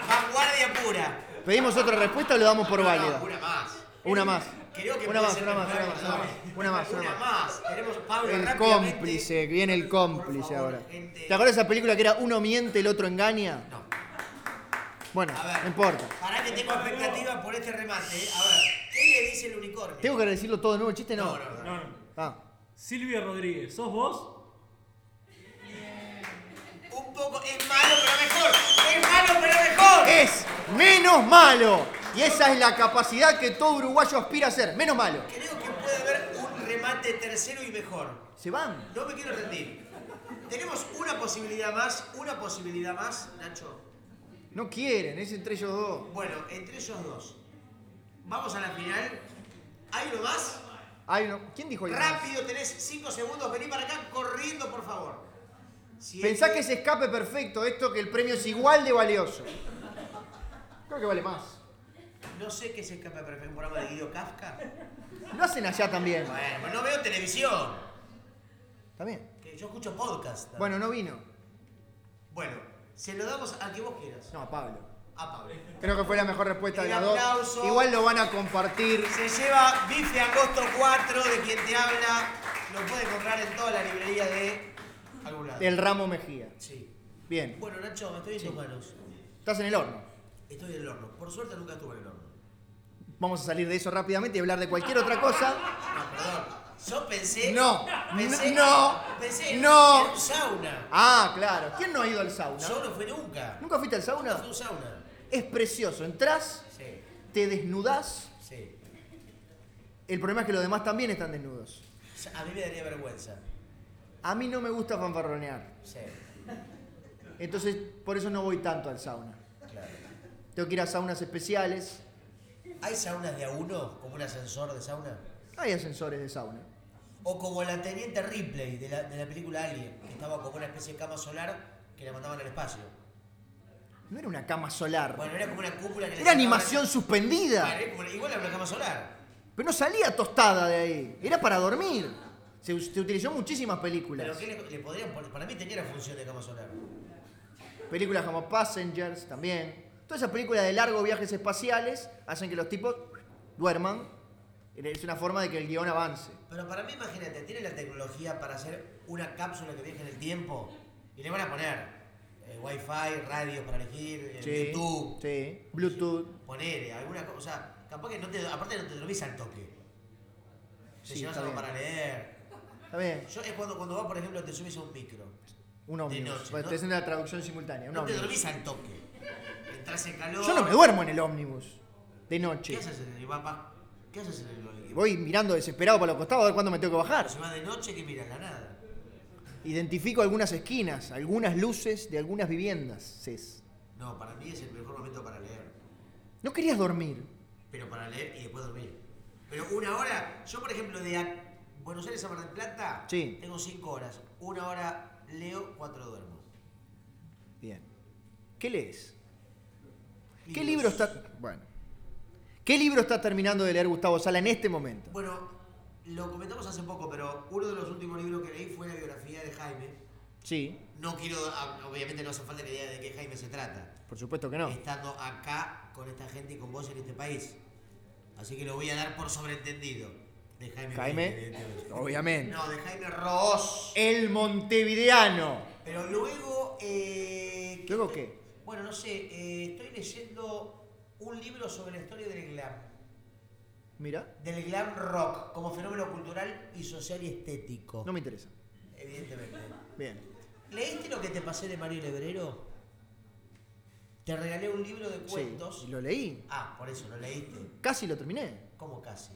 Speaker 2: Vanguardia pura.
Speaker 1: ¿Pedimos otra respuesta o lo damos por
Speaker 2: No, no,
Speaker 1: válida?
Speaker 2: una más.
Speaker 1: Una más.
Speaker 2: Creo que
Speaker 1: Una
Speaker 2: puede
Speaker 1: más,
Speaker 2: ser
Speaker 1: una más,
Speaker 2: mejor,
Speaker 1: una más,
Speaker 2: ¿no?
Speaker 1: una más, una más, una
Speaker 2: Una
Speaker 1: más.
Speaker 2: más. Tenemos Pablo
Speaker 1: El
Speaker 2: rápidamente.
Speaker 1: cómplice, viene el cómplice
Speaker 2: Por favor,
Speaker 1: ahora.
Speaker 2: gente.
Speaker 1: ¿Te acuerdas de esa película que era uno miente, el otro engaña?
Speaker 2: No.
Speaker 1: Bueno,
Speaker 2: A ver.
Speaker 1: no importa.
Speaker 2: Pará que tengo expectativas por este remate. eh. A ver, ¿qué le dice el unicornio?
Speaker 1: ¿Tengo que decirlo todo de nuevo? el ¿Chiste no?
Speaker 2: No, no, no.
Speaker 5: No, no.
Speaker 1: Ah.
Speaker 5: Silvia Rodríguez, ¿sos vos?
Speaker 2: Un poco, es malo pero mejor. Es malo pero mejor.
Speaker 1: es menos malo. Y esa es la capacidad que todo uruguayo aspira a ser, menos malo.
Speaker 2: Creo que puede haber un remate tercero y mejor.
Speaker 1: Se van.
Speaker 2: No me quiero rendir. Tenemos una posibilidad más, una posibilidad más, Nacho.
Speaker 1: No quieren, es entre ellos dos.
Speaker 2: Bueno, entre ellos dos. Vamos a la final. ¿Hay uno más?
Speaker 1: Hay uno. ¿Quién dijo el
Speaker 2: Rápido, tenés 5 segundos. Vení para acá corriendo, por favor. Si
Speaker 1: Pensá que
Speaker 2: este-
Speaker 1: se escape perfecto esto, que el premio es igual de valioso. Creo que vale más.
Speaker 2: No sé qué se escapa, pero es un programa de Guido Kafka.
Speaker 1: Lo hacen allá también.
Speaker 2: Bueno, no veo televisión.
Speaker 1: También.
Speaker 2: Que yo escucho podcast.
Speaker 1: Bueno, no vino.
Speaker 2: Bueno, se lo damos al que vos quieras.
Speaker 1: No, a Pablo.
Speaker 2: A Pablo.
Speaker 1: Creo que fue la mejor respuesta de
Speaker 2: El
Speaker 1: las dos.
Speaker 2: aplauso.
Speaker 1: Igual lo van a compartir.
Speaker 2: Se lleva Bife Agosto 4, de quien te habla. Lo puede comprar en toda la librería de algún lado.
Speaker 1: El ramo Mejía.
Speaker 2: Sí.
Speaker 1: Bien.
Speaker 2: Bueno, Nacho, estoy en tus manos.
Speaker 1: Estás en el horno.
Speaker 2: Estoy en el horno. Por suerte nunca estuve en el horno.
Speaker 1: Vamos a salir de eso rápidamente y hablar de cualquier otra cosa.
Speaker 2: No, Ah, perdón. Yo pensé.
Speaker 1: No.
Speaker 2: Pensé,
Speaker 1: No.
Speaker 2: Pensé en
Speaker 1: No.
Speaker 2: un sauna.
Speaker 1: Ah, claro. ¿Quién no ha ido al sauna?
Speaker 2: Yo no fui nunca.
Speaker 1: ¿Nunca fuiste al sauna?
Speaker 2: Fui a un sauna.
Speaker 1: Es precioso. Entrás,
Speaker 2: Sí,
Speaker 1: te desnudás.
Speaker 2: sí.
Speaker 1: El problema es que los demás también están desnudos.
Speaker 2: A mí me daría vergüenza.
Speaker 1: A mí no me gusta fanfarronear.
Speaker 2: Sí,
Speaker 1: Entonces, por eso no voy tanto al sauna.
Speaker 2: claro.
Speaker 1: Tengo que ir a saunas especiales.
Speaker 2: ¿Hay saunas de a uno? ¿Como un ascensor de sauna?
Speaker 1: Hay ascensores de sauna.
Speaker 2: O como la teniente Ripley de la, de la película Alien, que estaba como una especie de cama solar que la mandaban al espacio.
Speaker 1: No era una cama solar.
Speaker 2: Bueno, era como una cúpula que le
Speaker 1: Era
Speaker 2: sacaban-
Speaker 1: animación
Speaker 2: Bueno,
Speaker 1: suspendida.
Speaker 2: era como- igual era una cama solar.
Speaker 1: Pero no salía tostada de ahí. Era para dormir. Se, us- se utilizó en muchísimas
Speaker 2: Pero
Speaker 1: películas.
Speaker 2: ¿qué le, le podrían poner? Para mí tenía la función de cama solar.
Speaker 1: Películas como Passengers también. Todas esas películas de largo viajes espaciales hacen que los tipos duerman. Es una forma de que el guión avance.
Speaker 2: Pero para mí, imagínate, tiene la tecnología para hacer una cápsula que viaje en el tiempo y le van a poner eh, wifi, radio para elegir, eh,
Speaker 1: Sí,
Speaker 2: YouTube,
Speaker 1: Sí. Bluetooth.
Speaker 2: poner alguna cosa. O sea, capaz que no te. Aparte, no te dormís al toque. Te
Speaker 1: Sí,
Speaker 2: llevas
Speaker 1: está
Speaker 2: algo
Speaker 1: bien.
Speaker 2: para leer.
Speaker 1: Está bien.
Speaker 2: Yo es cuando, cuando vas, por ejemplo, te subes a un micro.
Speaker 1: Un ómnibus.
Speaker 2: noche,
Speaker 1: Estoy
Speaker 2: ¿no?
Speaker 1: haciendo la traducción simultánea. Un
Speaker 2: No te
Speaker 1: ómnibus.
Speaker 2: dormís al toque. Entras en calor.
Speaker 1: Yo no me duermo en el ómnibus. De
Speaker 2: ¿Qué
Speaker 1: noche.
Speaker 2: haces en el mapa? ¿Qué haces en el ómnibus?
Speaker 1: Voy mirando desesperado para los costados a ver cuándo me tengo que bajar.
Speaker 2: Se va de noche que miras la nada.
Speaker 1: Identifico algunas esquinas, algunas luces de algunas viviendas. Ces.
Speaker 2: No, para mí es el mejor momento para leer.
Speaker 1: No querías dormir.
Speaker 2: Pero para leer y después dormir. Pero una hora, yo por ejemplo de a- Buenos Aires a Mar del Plata,
Speaker 1: Sí.
Speaker 2: tengo cinco horas. Una hora leo, cuatro duermo.
Speaker 1: Bien. ¿Qué lees? ¿Qué
Speaker 2: Libros.
Speaker 1: libro está. Bueno. ¿Qué libro está terminando de leer Gustavo Sala en este momento?
Speaker 2: Bueno, lo comentamos hace poco, pero uno de los últimos libros que leí fue la biografía de Jaime.
Speaker 1: Sí,
Speaker 2: No quiero, a- obviamente no hace falta que diga de qué Jaime se trata.
Speaker 1: por supuesto que no.
Speaker 2: Estando acá con esta gente y con vos en este país. Así que lo voy a dar por sobreentendido. De Jaime. Pérez,
Speaker 1: Jaime,
Speaker 2: evidentemente.
Speaker 1: obviamente.
Speaker 2: No, de Jaime Ross.
Speaker 1: El Montevideano.
Speaker 2: Pero luego. eh,
Speaker 1: ¿Luego
Speaker 2: estoy-
Speaker 1: qué?
Speaker 2: Bueno, no sé. eh, estoy leyendo un libro sobre la historia del glam.
Speaker 1: Mira,
Speaker 2: Del glam rock como fenómeno cultural y social y estético.
Speaker 1: no me interesa.
Speaker 2: Evidentemente.
Speaker 1: Bien.
Speaker 2: ¿Leíste lo que te pasé de Mario Lebrero? Te regalé un libro de
Speaker 1: Sí,
Speaker 2: cuentos.
Speaker 1: lo leí.
Speaker 2: Ah, por eso lo leíste.
Speaker 1: Casi lo terminé.
Speaker 2: ¿Cómo casi?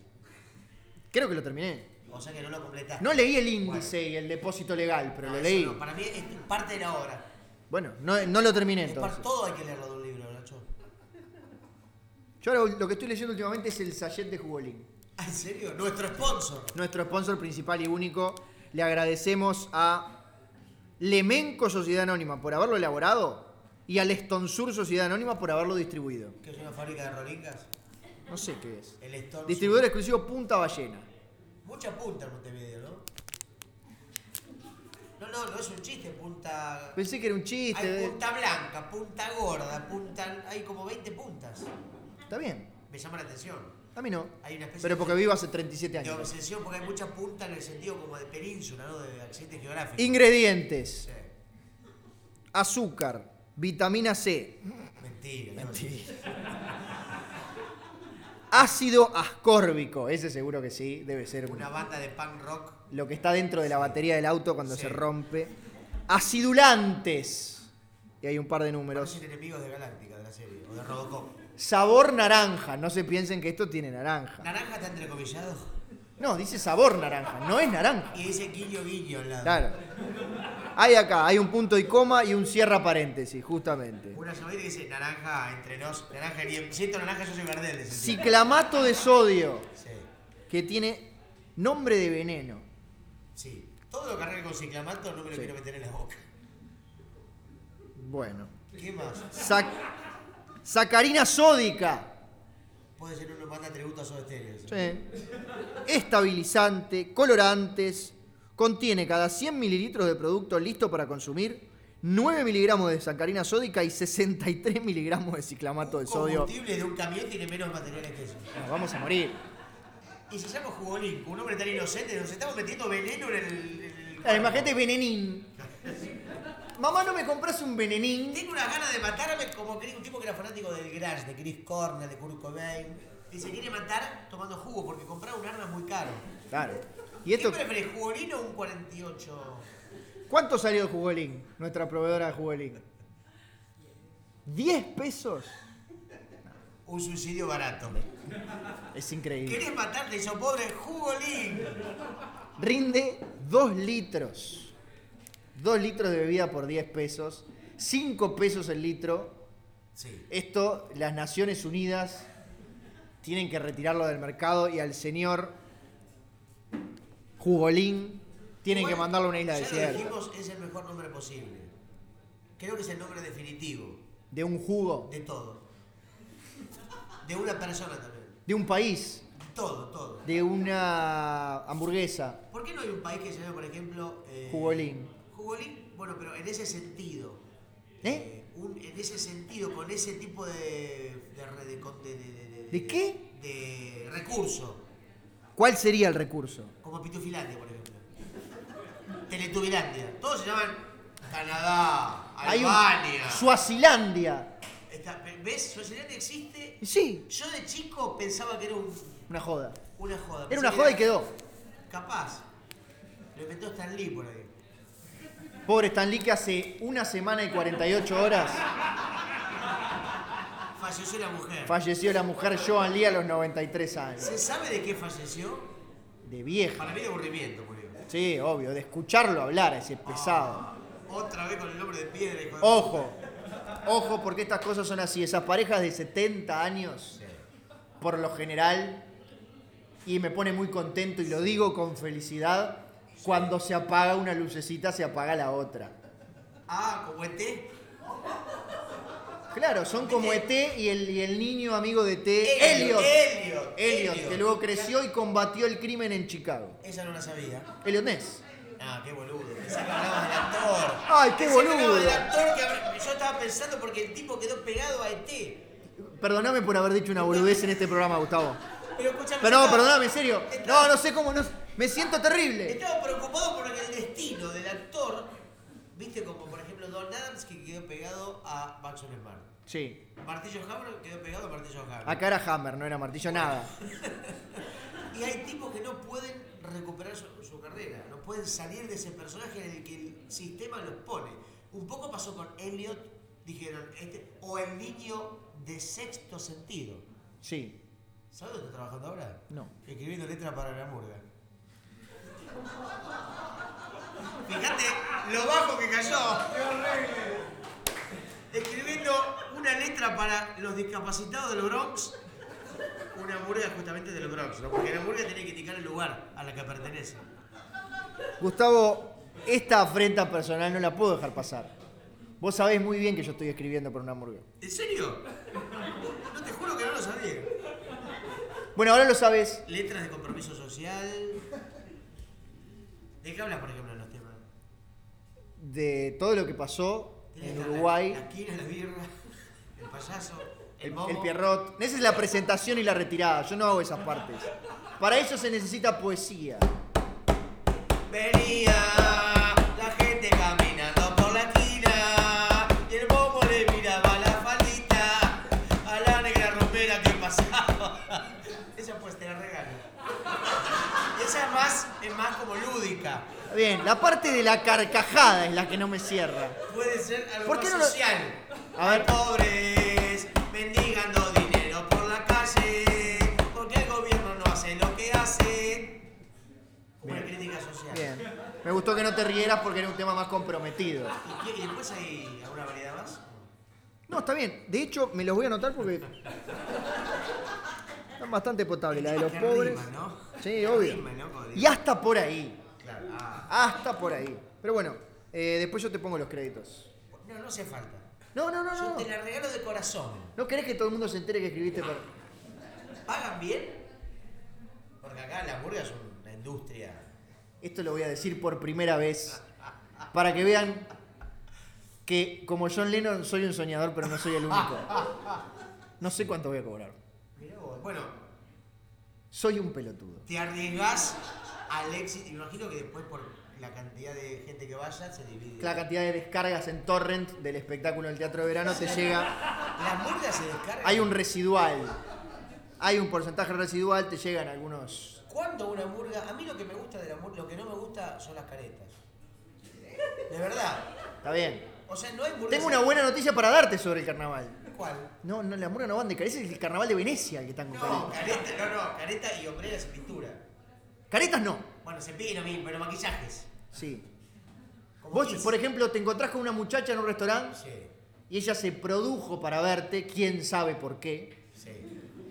Speaker 1: Creo que lo terminé.
Speaker 2: O sea que no lo completaste.
Speaker 1: No leí el índice y el depósito legal, pero
Speaker 2: No,
Speaker 1: lo
Speaker 2: Ah, eso
Speaker 1: leí.
Speaker 2: no, para mí es parte de la obra.
Speaker 1: Bueno, no, no lo terminé
Speaker 2: Es par-
Speaker 1: entonces.
Speaker 2: todo hay que leerlo de un libro, Nacho.
Speaker 1: Yo ahora lo que estoy leyendo últimamente es el sachet de Jugolín.
Speaker 2: Ah, ¿En serio? Nuestro sponsor.
Speaker 1: Nuestro sponsor principal y único. Le agradecemos a Lemenco Sociedad Anónima por haberlo elaborado y a Leston Sur Sociedad Anónima por haberlo distribuido.
Speaker 2: Que es una fábrica de rolingas.
Speaker 1: No sé qué es.
Speaker 2: El Storm.
Speaker 1: Distribuidor exclusivo Punta Ballena.
Speaker 2: Mucha punta en Montevideo, ¿no? No, no, no es un chiste, punta.
Speaker 1: Pensé que era un chiste.
Speaker 2: Hay
Speaker 1: de-
Speaker 2: punta blanca, punta gorda, punta. Hay como 20 puntas.
Speaker 1: Está bien.
Speaker 2: Me llama la atención.
Speaker 1: A mí no.
Speaker 2: Hay una especie
Speaker 1: Pero porque
Speaker 2: de,
Speaker 1: vivo hace 37
Speaker 2: de
Speaker 1: años.
Speaker 2: obsesión, porque hay mucha punta en el sentido como de península, ¿no? De accidente geográfico.
Speaker 1: Ingredientes.
Speaker 2: Sí.
Speaker 1: Azúcar. Vitamina C.
Speaker 2: Mentira, mentira.
Speaker 1: Ácido ascórbico. Ese seguro que sí. Debe ser
Speaker 2: Una
Speaker 1: una-
Speaker 2: banda de punk rock.
Speaker 1: lo que está dentro de la batería del auto cuando
Speaker 2: Sí.
Speaker 1: se rompe. Acidulantes. Y hay un par de números.
Speaker 2: Parecen enemigos de Galáctica, de la serie, o de Robocop.
Speaker 1: Sabor naranja. No se piensen que esto tiene naranja.
Speaker 2: Naranja está entrecomillado
Speaker 1: No, dice sabor naranja. No es naranja.
Speaker 2: y dice guiño guiño al lado.
Speaker 1: Claro. Hay acá, hay un punto y coma y un cierra paréntesis, justamente.
Speaker 2: Una llamadita que dice naranja entre nos, naranja y siento naranja, yo soy Gardel. dice el tipo.
Speaker 1: Ciclamato de sodio,
Speaker 2: Sí,
Speaker 1: que tiene nombre de veneno.
Speaker 2: sí. Todo lo que arranque con ciclamato no me lo quiero meter en la boca.
Speaker 1: Bueno.
Speaker 2: ¿Qué más?
Speaker 1: Sac- sacarina sódica.
Speaker 2: Puede ser uno manda tributo a Soda Stereo. eso.
Speaker 1: Sí. Estabilizante, colorantes. Contiene cada 100 mililitros de producto listo para consumir 9 miligramos de sacarina sódica y 63 miligramos de ciclamato de
Speaker 2: Un
Speaker 1: sodio.
Speaker 2: combustible de un camión tiene menos materiales que eso.
Speaker 1: Nos vamos a morir.
Speaker 2: Y si llama Jugolín, un hombre tan inocente, nos estamos metiendo veneno en el... en el
Speaker 1: Claro,
Speaker 2: cuerpo.
Speaker 1: Eh, imagínate venenín. Mamá, ¿no me compras un venenín?
Speaker 2: Tengo unas ganas de matarme como que- un tipo que era fanático del Garage, de Chris Cornell, de Kurt Cobain. Y se quiere matar tomando jugo porque comprar un arma es muy caro.
Speaker 1: Claro. ¿Y esto
Speaker 2: ¿Qué prefieres, jugolín o un 48?
Speaker 1: cuánto salió de Jugolín? Nuestra proveedora de Jugolín. ¿10 pesos?
Speaker 2: Un suicidio barato.
Speaker 1: Es increíble.
Speaker 2: ¿Querés matarte? Yo pobre jugolín.
Speaker 1: Rinde 2 litros. 2 litros de bebida por 10 pesos. 5 pesos el litro.
Speaker 2: Sí.
Speaker 1: Esto, las Naciones Unidas tienen que retirarlo del mercado y al señor Jugolín tienen que
Speaker 2: Igual,
Speaker 1: mandarlo a una isla
Speaker 2: ya Lo
Speaker 1: desierta.
Speaker 2: dijimos, es el mejor nombre posible. Creo que es el nombre definitivo
Speaker 1: De un jugo.
Speaker 2: de todo. De una persona también.
Speaker 1: de un país,
Speaker 2: Todo, todo.
Speaker 1: de una hamburguesa,
Speaker 2: ¿Por qué no hay un país que se llame, por ejemplo. eh,
Speaker 1: jugolín.
Speaker 2: Jugolín, bueno, pero en ese sentido.
Speaker 1: ¿Eh?
Speaker 2: un- en ese sentido, con ese tipo de. ¿De, re- de, con- de- de- de-
Speaker 1: ¿De qué?
Speaker 2: De recurso.
Speaker 1: ¿Cuál sería el recurso?
Speaker 2: Como Pitufilandia, por ejemplo. Teletubilandia. Todos se llaman Canadá,
Speaker 1: Hay un-
Speaker 2: Albania.
Speaker 1: Suazilandia.
Speaker 2: Está- ¿Ves? Suazilandia existe.
Speaker 1: Y Sí,
Speaker 2: Yo de chico pensaba que era un-
Speaker 1: una joda.
Speaker 2: una joda.
Speaker 1: Era
Speaker 2: Pensé
Speaker 1: una
Speaker 2: que
Speaker 1: joda y quedó.
Speaker 2: Capaz. Lo inventó Stan Lee por ahí.
Speaker 1: Pobre Stanley que hace una semana y 48 horas
Speaker 2: Falleció la mujer.
Speaker 1: falleció la mujer Joan Lee a los 93 años.
Speaker 2: ¿Se sabe de qué falleció?
Speaker 1: De vieja.
Speaker 2: Para mí de aburrimiento, murió.
Speaker 1: Sí, obvio, de escucharlo hablar a ese pesado.
Speaker 2: Otra vez con el nombre de piedra. hijo de-
Speaker 1: Ojo, ojo, porque estas cosas son así. Esas parejas de 70 años, por lo general, y me pone muy contento y lo digo con felicidad, cuando se apaga una lucecita se apaga la otra.
Speaker 2: Ah, como este.
Speaker 1: Claro, son como ET y el, y el niño amigo de ET, Elliot.
Speaker 2: Elliot.
Speaker 1: Elliot, que luego creció y combatió el crimen en Chicago.
Speaker 2: Ella no la sabía.
Speaker 1: Elliot Ness.
Speaker 2: Ah, qué boludo. Pensaba que hablabas del actor.
Speaker 1: Ay, qué
Speaker 2: Pensaba que hablabas
Speaker 1: boludo.
Speaker 2: del actor que habl- yo estaba pensando porque el tipo quedó pegado a este.
Speaker 1: Perdóname por haber dicho una boludez en este programa, Gustavo.
Speaker 2: Pero escúchame.
Speaker 1: Pero no,
Speaker 2: estaba-
Speaker 1: perdóname, en serio. No, no sé cómo, no, me siento terrible.
Speaker 2: Estaba preocupado por el destino del actor. Viste como por ejemplo Don Adams que quedó pegado a Maxwell Smart.
Speaker 1: Sí,
Speaker 2: Martillo Hammer quedó pegado a Martillo Hammer.
Speaker 1: acá era Hammer, no era martillo, nada.
Speaker 2: Y hay tipos que no pueden recuperar su, su carrera, no pueden salir de ese personaje en el que el sistema los pone. Un poco pasó con Elliot, dijeron, este, o el niño de sexto sentido.
Speaker 1: Sí,
Speaker 2: ¿Sabes dónde está trabajando ahora?
Speaker 1: No.
Speaker 2: Escribiendo letras para la murga. Fíjate lo bajo que cayó. Escribiendo una letra para los discapacitados del Bronx. Una murga justamente del Bronx, ¿no? Porque la murga tiene que indicar el lugar a la que pertenece.
Speaker 1: Gustavo, esta afrenta personal no la puedo dejar pasar. Vos sabés muy bien que yo estoy escribiendo por una hamburguesa.
Speaker 2: ¿En serio? No te juro que no lo sabía.
Speaker 1: Bueno, ahora lo sabés.
Speaker 2: Letras de compromiso social. ¿De qué hablas, por ejemplo, en los temas?
Speaker 1: de todo lo que pasó
Speaker 2: Tenés
Speaker 1: en
Speaker 2: la-
Speaker 1: Uruguay,
Speaker 2: La, esquina, la birra, el payaso, el,
Speaker 1: el,
Speaker 2: momo.
Speaker 1: el Pierrot. Esa es la presentación y la retirada, yo no hago esas partes. Para eso se necesita poesía.
Speaker 2: Venía la gente caminando por la esquina y el momo le miraba la faldita a la negra romera que pasaba. Esa pues te la regalo. Esa es más, es más como lúdica.
Speaker 1: Bien, la parte de la carcajada es la que no me cierra.
Speaker 2: Puede ser algo
Speaker 1: ¿Por qué
Speaker 2: más
Speaker 1: no lo-
Speaker 2: social.
Speaker 1: A ver.
Speaker 2: Hay pobres mendigando dinero por la calle porque el gobierno no hace lo que hace. Como una crítica social.
Speaker 1: Bien, me gustó que no te rieras porque era un tema más comprometido.
Speaker 2: ¿Y, qué- y después hay alguna variedad más?
Speaker 1: No, está bien, de hecho me los voy a anotar porque están bastante potables, la de los
Speaker 2: Que
Speaker 1: pobres.
Speaker 2: rima, ¿no?
Speaker 1: Sí, obvio.
Speaker 2: Rima, ¿no? Como
Speaker 1: Y
Speaker 2: dice.
Speaker 1: hasta por ahí,
Speaker 2: Claro, ah.
Speaker 1: hasta por ahí. Pero bueno, eh, después yo te pongo los créditos.
Speaker 2: No, no hace falta.
Speaker 1: No, no, no,
Speaker 2: Yo
Speaker 1: no.
Speaker 2: te la regalo de corazón.
Speaker 1: ¿No querés que todo el mundo se entere que escribiste por...
Speaker 2: ¿Pagan bien? Porque acá la burga es una industria.
Speaker 1: Esto lo voy a decir por primera vez. Para que vean que como John Lennon soy un soñador, pero no soy el único. No sé cuánto voy a cobrar.
Speaker 2: Mirá vos. Bueno,
Speaker 1: Soy un pelotudo.
Speaker 2: te arriesgas al éxito. Imagino que después por la cantidad de gente que vaya se divide.
Speaker 1: La cantidad de descargas en torrent del espectáculo del Teatro de Verano te llega...
Speaker 2: Las burgas se descargan.
Speaker 1: Hay un residual. Hay un porcentaje residual, te llegan algunos...
Speaker 2: ¿Cuándo una hamburga? A mí lo que me gusta de la hamburga, lo que no me gusta son las caretas. De verdad.
Speaker 1: Está bien.
Speaker 2: O sea, no hay hamburguesa.
Speaker 1: Tengo una buena noticia para darte sobre el carnaval.
Speaker 2: ¿Cuál?
Speaker 1: No, no, la murga no van de careta, es el carnaval de Venecia el que están con
Speaker 2: No,
Speaker 1: caretas.
Speaker 2: careta, no, no, careta y hombrera sin pintura.
Speaker 1: Caretas no.
Speaker 2: Bueno, se piden a mí, pero maquillajes.
Speaker 1: Sí.
Speaker 2: Como
Speaker 1: Vos,
Speaker 2: quince.
Speaker 1: por ejemplo, te encontrás con una muchacha en un restaurante
Speaker 2: Sí,
Speaker 1: y ella se produjo para verte, quién sabe por qué.
Speaker 2: sí.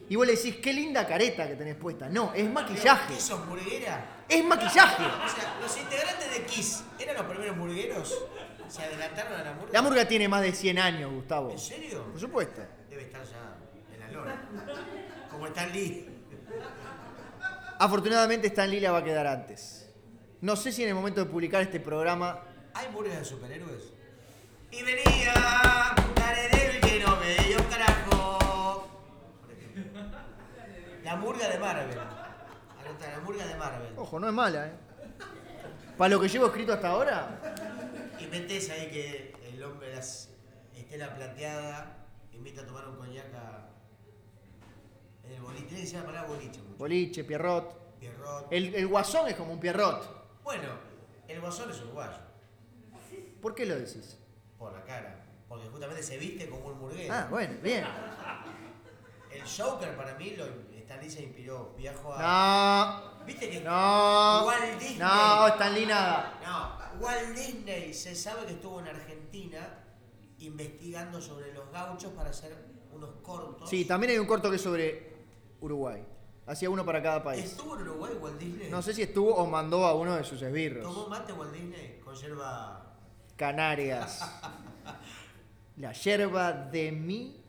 Speaker 1: Y vos le decís, qué linda careta que tenés puesta. No, es maquillaje.
Speaker 2: ¿Qué sos, burguera?
Speaker 1: Es maquillaje.
Speaker 2: O sea, los integrantes de Kiss, ¿eran los primeros burgueros? ¿Se adelantaron a la murga?
Speaker 1: La murga tiene más de 100 años, Gustavo.
Speaker 2: ¿En serio?
Speaker 1: Por supuesto.
Speaker 2: Debe estar ya en la lona. Como está Lee.
Speaker 1: Afortunadamente Stan Lee la va a quedar antes. No sé si en el momento de publicar este programa...
Speaker 2: ¿Hay burgas de superhéroes? Y venía Daredevil que no veía un carajo. Por ejemplo. La murga de Marvel. Oh. Anota, la murga de Marvel.
Speaker 1: Ojo, no es mala, ¿eh? Para lo que llevo escrito hasta ahora,
Speaker 2: Y metes ahí que el hombre las estela plateada invita a tomar un coñac a. En el boliche. Tiene que ser la palabra boliche mucho.
Speaker 1: boliche, pierrot.
Speaker 2: Pierrot.
Speaker 1: El, el guasón es como un pierrot.
Speaker 2: Bueno, El guasón es uruguayo.
Speaker 1: ¿Por qué lo decís?
Speaker 2: Por la cara. Porque justamente se viste como un burgués.
Speaker 1: Ah, bueno, bien.
Speaker 2: El Joker para mí lo Stan Lee se inspiró. Viajó a.
Speaker 1: No,
Speaker 2: ¿Viste que
Speaker 1: no.
Speaker 2: Walt Disney?
Speaker 1: No, Stanley nada.
Speaker 2: No, Walt Disney se sabe que estuvo en Argentina investigando sobre los gauchos para hacer unos cortos.
Speaker 1: Sí, también hay un corto que es sobre Uruguay. Hacía uno para cada país.
Speaker 2: ¿Estuvo en Uruguay Walt Disney?
Speaker 1: No sé si estuvo o mandó a uno de sus
Speaker 2: ¿Tomó
Speaker 1: esbirros.
Speaker 2: mate Walt Disney? Conserva.
Speaker 1: Canarias. La yerba de mi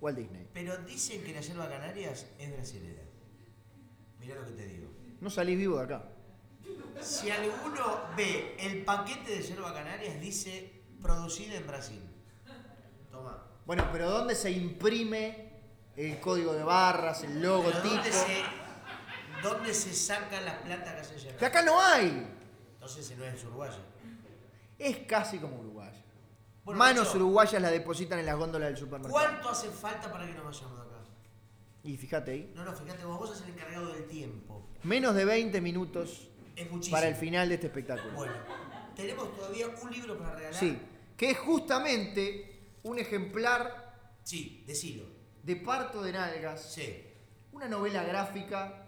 Speaker 1: Walt Disney.
Speaker 2: Pero dicen que la yerba canarias es brasilera. Mirá lo que te digo.
Speaker 1: No salís vivo de acá.
Speaker 2: Si alguno ve el paquete de yerba canarias, dice producida en Brasil. Toma.
Speaker 1: Bueno, pero ¿dónde se imprime el código de barras, el logo,
Speaker 2: Pero ¿dónde
Speaker 1: tipo?
Speaker 2: se, ¿Dónde se sacan las plantas que hacen
Speaker 1: Que
Speaker 2: yerba?
Speaker 1: acá no hay.
Speaker 2: Entonces si no es uruguayo.
Speaker 1: Es casi como uruguaya.
Speaker 2: Bueno,
Speaker 1: Manos
Speaker 2: Nacho,
Speaker 1: uruguayas la depositan en las góndolas del supermercado.
Speaker 2: ¿Cuánto hace falta para que nos vayamos de acá?
Speaker 1: Y fíjate ahí.
Speaker 2: No, no, fíjate, vos, vos sos el encargado del tiempo.
Speaker 1: Menos de 20 minutos
Speaker 2: Es muchísimo.
Speaker 1: para el final de este espectáculo.
Speaker 2: Bueno, tenemos todavía un libro para regalar.
Speaker 1: Sí, que es justamente un ejemplar
Speaker 2: Sí, decilo.
Speaker 1: de Parto de Nalgas,
Speaker 2: Sí.
Speaker 1: una novela gráfica.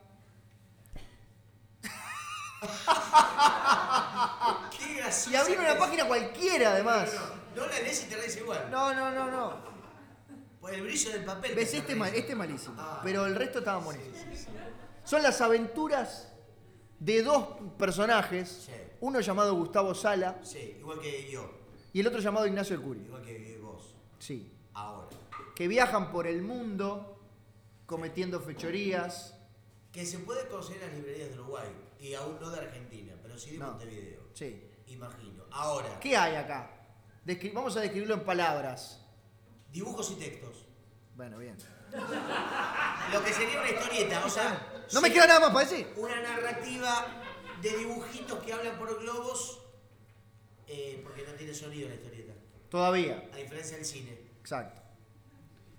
Speaker 2: Qué gracioso.
Speaker 1: Y abrieron una página cualquiera, además.
Speaker 2: No la lees y te reís igual.
Speaker 1: No, no, no, no.
Speaker 2: Por el brillo del papel.
Speaker 1: ¿Ves?
Speaker 2: te
Speaker 1: Este, es
Speaker 2: reís.
Speaker 1: ma- este es malísimo,
Speaker 2: Ah.
Speaker 1: pero el resto estaba buenísimo. Son las aventuras de dos personajes,
Speaker 2: Sí.
Speaker 1: uno llamado Gustavo Sala
Speaker 2: Sí, igual que yo.
Speaker 1: y el otro llamado Ignacio El Curio.
Speaker 2: Igual que vos.
Speaker 1: Sí,
Speaker 2: Ahora.
Speaker 1: que viajan por el mundo cometiendo fechorías.
Speaker 2: Que se puede conseguir en las librerías de Uruguay. Y aún no de Argentina, pero sí de
Speaker 1: No.
Speaker 2: Montevideo.
Speaker 1: Sí.
Speaker 2: Imagino. Ahora.
Speaker 1: ¿Qué hay acá? Descri- Vamos a describirlo en palabras.
Speaker 2: Dibujos y textos.
Speaker 1: Bueno, bien.
Speaker 2: Lo que sería una historieta. O sea.
Speaker 1: No me
Speaker 2: sí,
Speaker 1: queda nada más para decir.
Speaker 2: Una narrativa de dibujitos que hablan por globos. eh, porque no tiene sonido la historieta.
Speaker 1: Todavía.
Speaker 2: A diferencia del cine.
Speaker 1: Exacto.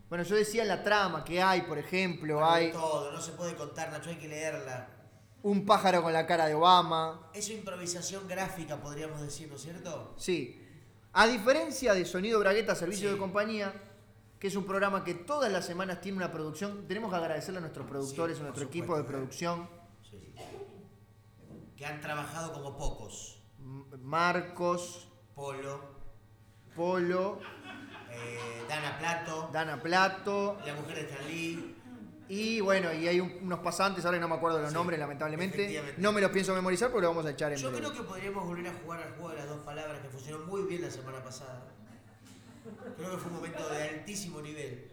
Speaker 1: Bueno, yo decía la trama que hay, por ejemplo,
Speaker 2: Bueno,
Speaker 1: hay
Speaker 2: Todo, no se puede contar, Nacho, hay que leerla.
Speaker 1: un pájaro con la cara de Obama.
Speaker 2: Es una improvisación gráfica, podríamos decir, ¿no es cierto?
Speaker 1: Sí. A diferencia de Sonido Bragueta, Servicio
Speaker 2: Sí.
Speaker 1: de Compañía, que es un programa que todas las semanas tiene una producción, tenemos que agradecerle a nuestros productores, a
Speaker 2: por
Speaker 1: nuestro
Speaker 2: supuesto, eh.
Speaker 1: equipo de
Speaker 2: claro.
Speaker 1: producción,
Speaker 2: Sí, sí. Que han trabajado como pocos.
Speaker 1: M- Marcos,
Speaker 2: Polo,
Speaker 1: Polo,
Speaker 2: eh, Dana Plato,
Speaker 1: Dana Plato,
Speaker 2: la mujer de Stan Lee.
Speaker 1: Y bueno, y hay un- unos pasantes, ahora que no me acuerdo los
Speaker 2: Sí,
Speaker 1: nombres, lamentablemente.
Speaker 2: efectivamente.
Speaker 1: No me los pienso memorizar porque lo vamos a echar en
Speaker 2: Yo
Speaker 1: breve.
Speaker 2: creo que podríamos volver a jugar al juego de las dos palabras que funcionó muy bien la semana pasada. Creo que fue un momento de altísimo nivel.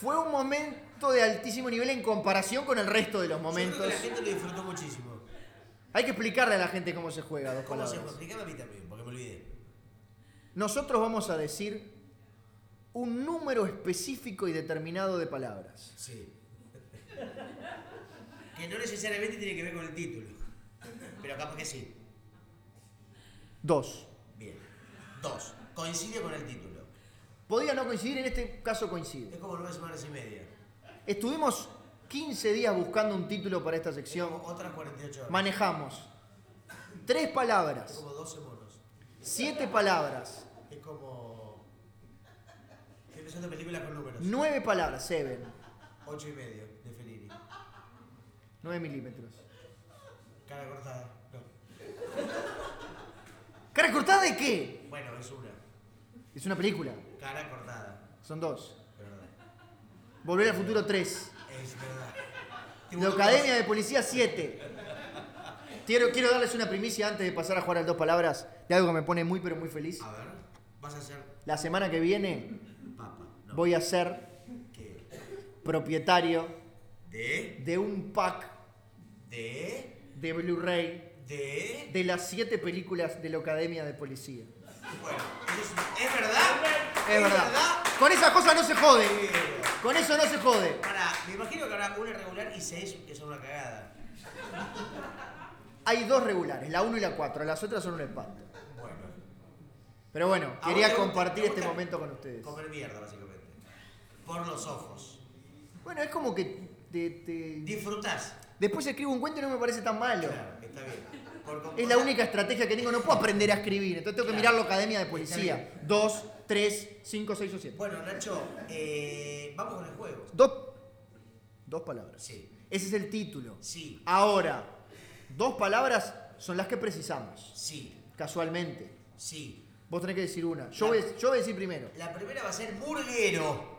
Speaker 1: Fue un momento de altísimo nivel en comparación con el resto de los
Speaker 2: Yo creo
Speaker 1: momentos.
Speaker 2: que la gente lo disfrutó muchísimo.
Speaker 1: Hay que explicarle a la gente cómo se juega dos
Speaker 2: ¿Cómo se
Speaker 1: palabras.
Speaker 2: explica a mí también? Porque me olvidé.
Speaker 1: Nosotros vamos a decir un número específico y determinado de palabras.
Speaker 2: Sí. que no necesariamente tiene que ver con el título. Pero capaz que sí.
Speaker 1: Dos.
Speaker 2: Bien. Dos. Coincide con el título.
Speaker 1: Podía no coincidir, en este caso
Speaker 2: Es
Speaker 1: coincide.
Speaker 2: como nueve semanas y media.
Speaker 1: Estuvimos 15 días buscando un título para esta sección.
Speaker 2: Como otras 48 horas.
Speaker 1: Manejamos tres
Speaker 2: Es
Speaker 1: palabras,
Speaker 2: como 12 monos.
Speaker 1: siete palabras,
Speaker 2: Es como. Estoy pensando en películas con números.
Speaker 1: nueve palabras, seven.
Speaker 2: 8 y medio de Fellini.
Speaker 1: 9 milímetros.
Speaker 2: Cara cortada. No.
Speaker 1: ¿Cara cortada de qué?
Speaker 2: Bueno, es una.
Speaker 1: Es una película.
Speaker 2: Cara cortada.
Speaker 1: Son dos.
Speaker 2: Verdad.
Speaker 1: Volver al futuro 3.
Speaker 2: Es verdad.
Speaker 1: La Academia de Policía 7. Quiero, quiero darles una primicia antes de pasar a jugar al dos palabras de algo que me pone muy pero muy feliz.
Speaker 2: A ver, vas a ser
Speaker 1: La semana que viene
Speaker 2: papa. No.
Speaker 1: voy a ser
Speaker 2: ¿Qué?
Speaker 1: propietario
Speaker 2: ¿De?
Speaker 1: de un pack
Speaker 2: ¿De?
Speaker 1: de Blu-ray
Speaker 2: ¿De?
Speaker 1: de las 7 películas de la Academia de Policía.
Speaker 2: Bueno, eso es, ¿es verdad?
Speaker 1: Es verdad. Con esas cosas no se jode. Con eso no se jode.
Speaker 2: Pará, me imagino que habrá una regular y seis que son una cagada.
Speaker 1: Hay dos regulares, la 1 y la 4. Las otras son un empate.
Speaker 2: Bueno.
Speaker 1: Pero bueno,
Speaker 2: ¿A
Speaker 1: quería
Speaker 2: vos te gusta-
Speaker 1: compartir
Speaker 2: te
Speaker 1: este
Speaker 2: gusta
Speaker 1: momento con ustedes.
Speaker 2: Comer mierda, básicamente. Por los ojos.
Speaker 1: Bueno, es como que te, te-
Speaker 2: Disfrutás.
Speaker 1: después escribo un cuento y no me parece tan malo.
Speaker 2: Claro, está bien. Por computa-
Speaker 1: Es la única estrategia que tengo, no puedo aprender a escribir, entonces tengo que mirar la academia de policía. Dos, tres, cinco, seis o siete.
Speaker 2: Bueno, Nacho, eh, vamos con el juego.
Speaker 1: Dos, dos palabras.
Speaker 2: Sí.
Speaker 1: Ese es el título.
Speaker 2: Sí.
Speaker 1: Ahora, dos palabras son las que precisamos,
Speaker 2: Sí,
Speaker 1: casualmente.
Speaker 2: sí.
Speaker 1: Vos tenés que decir una. Yo voy, yo voy a decir primero.
Speaker 2: La primera va a ser murguero.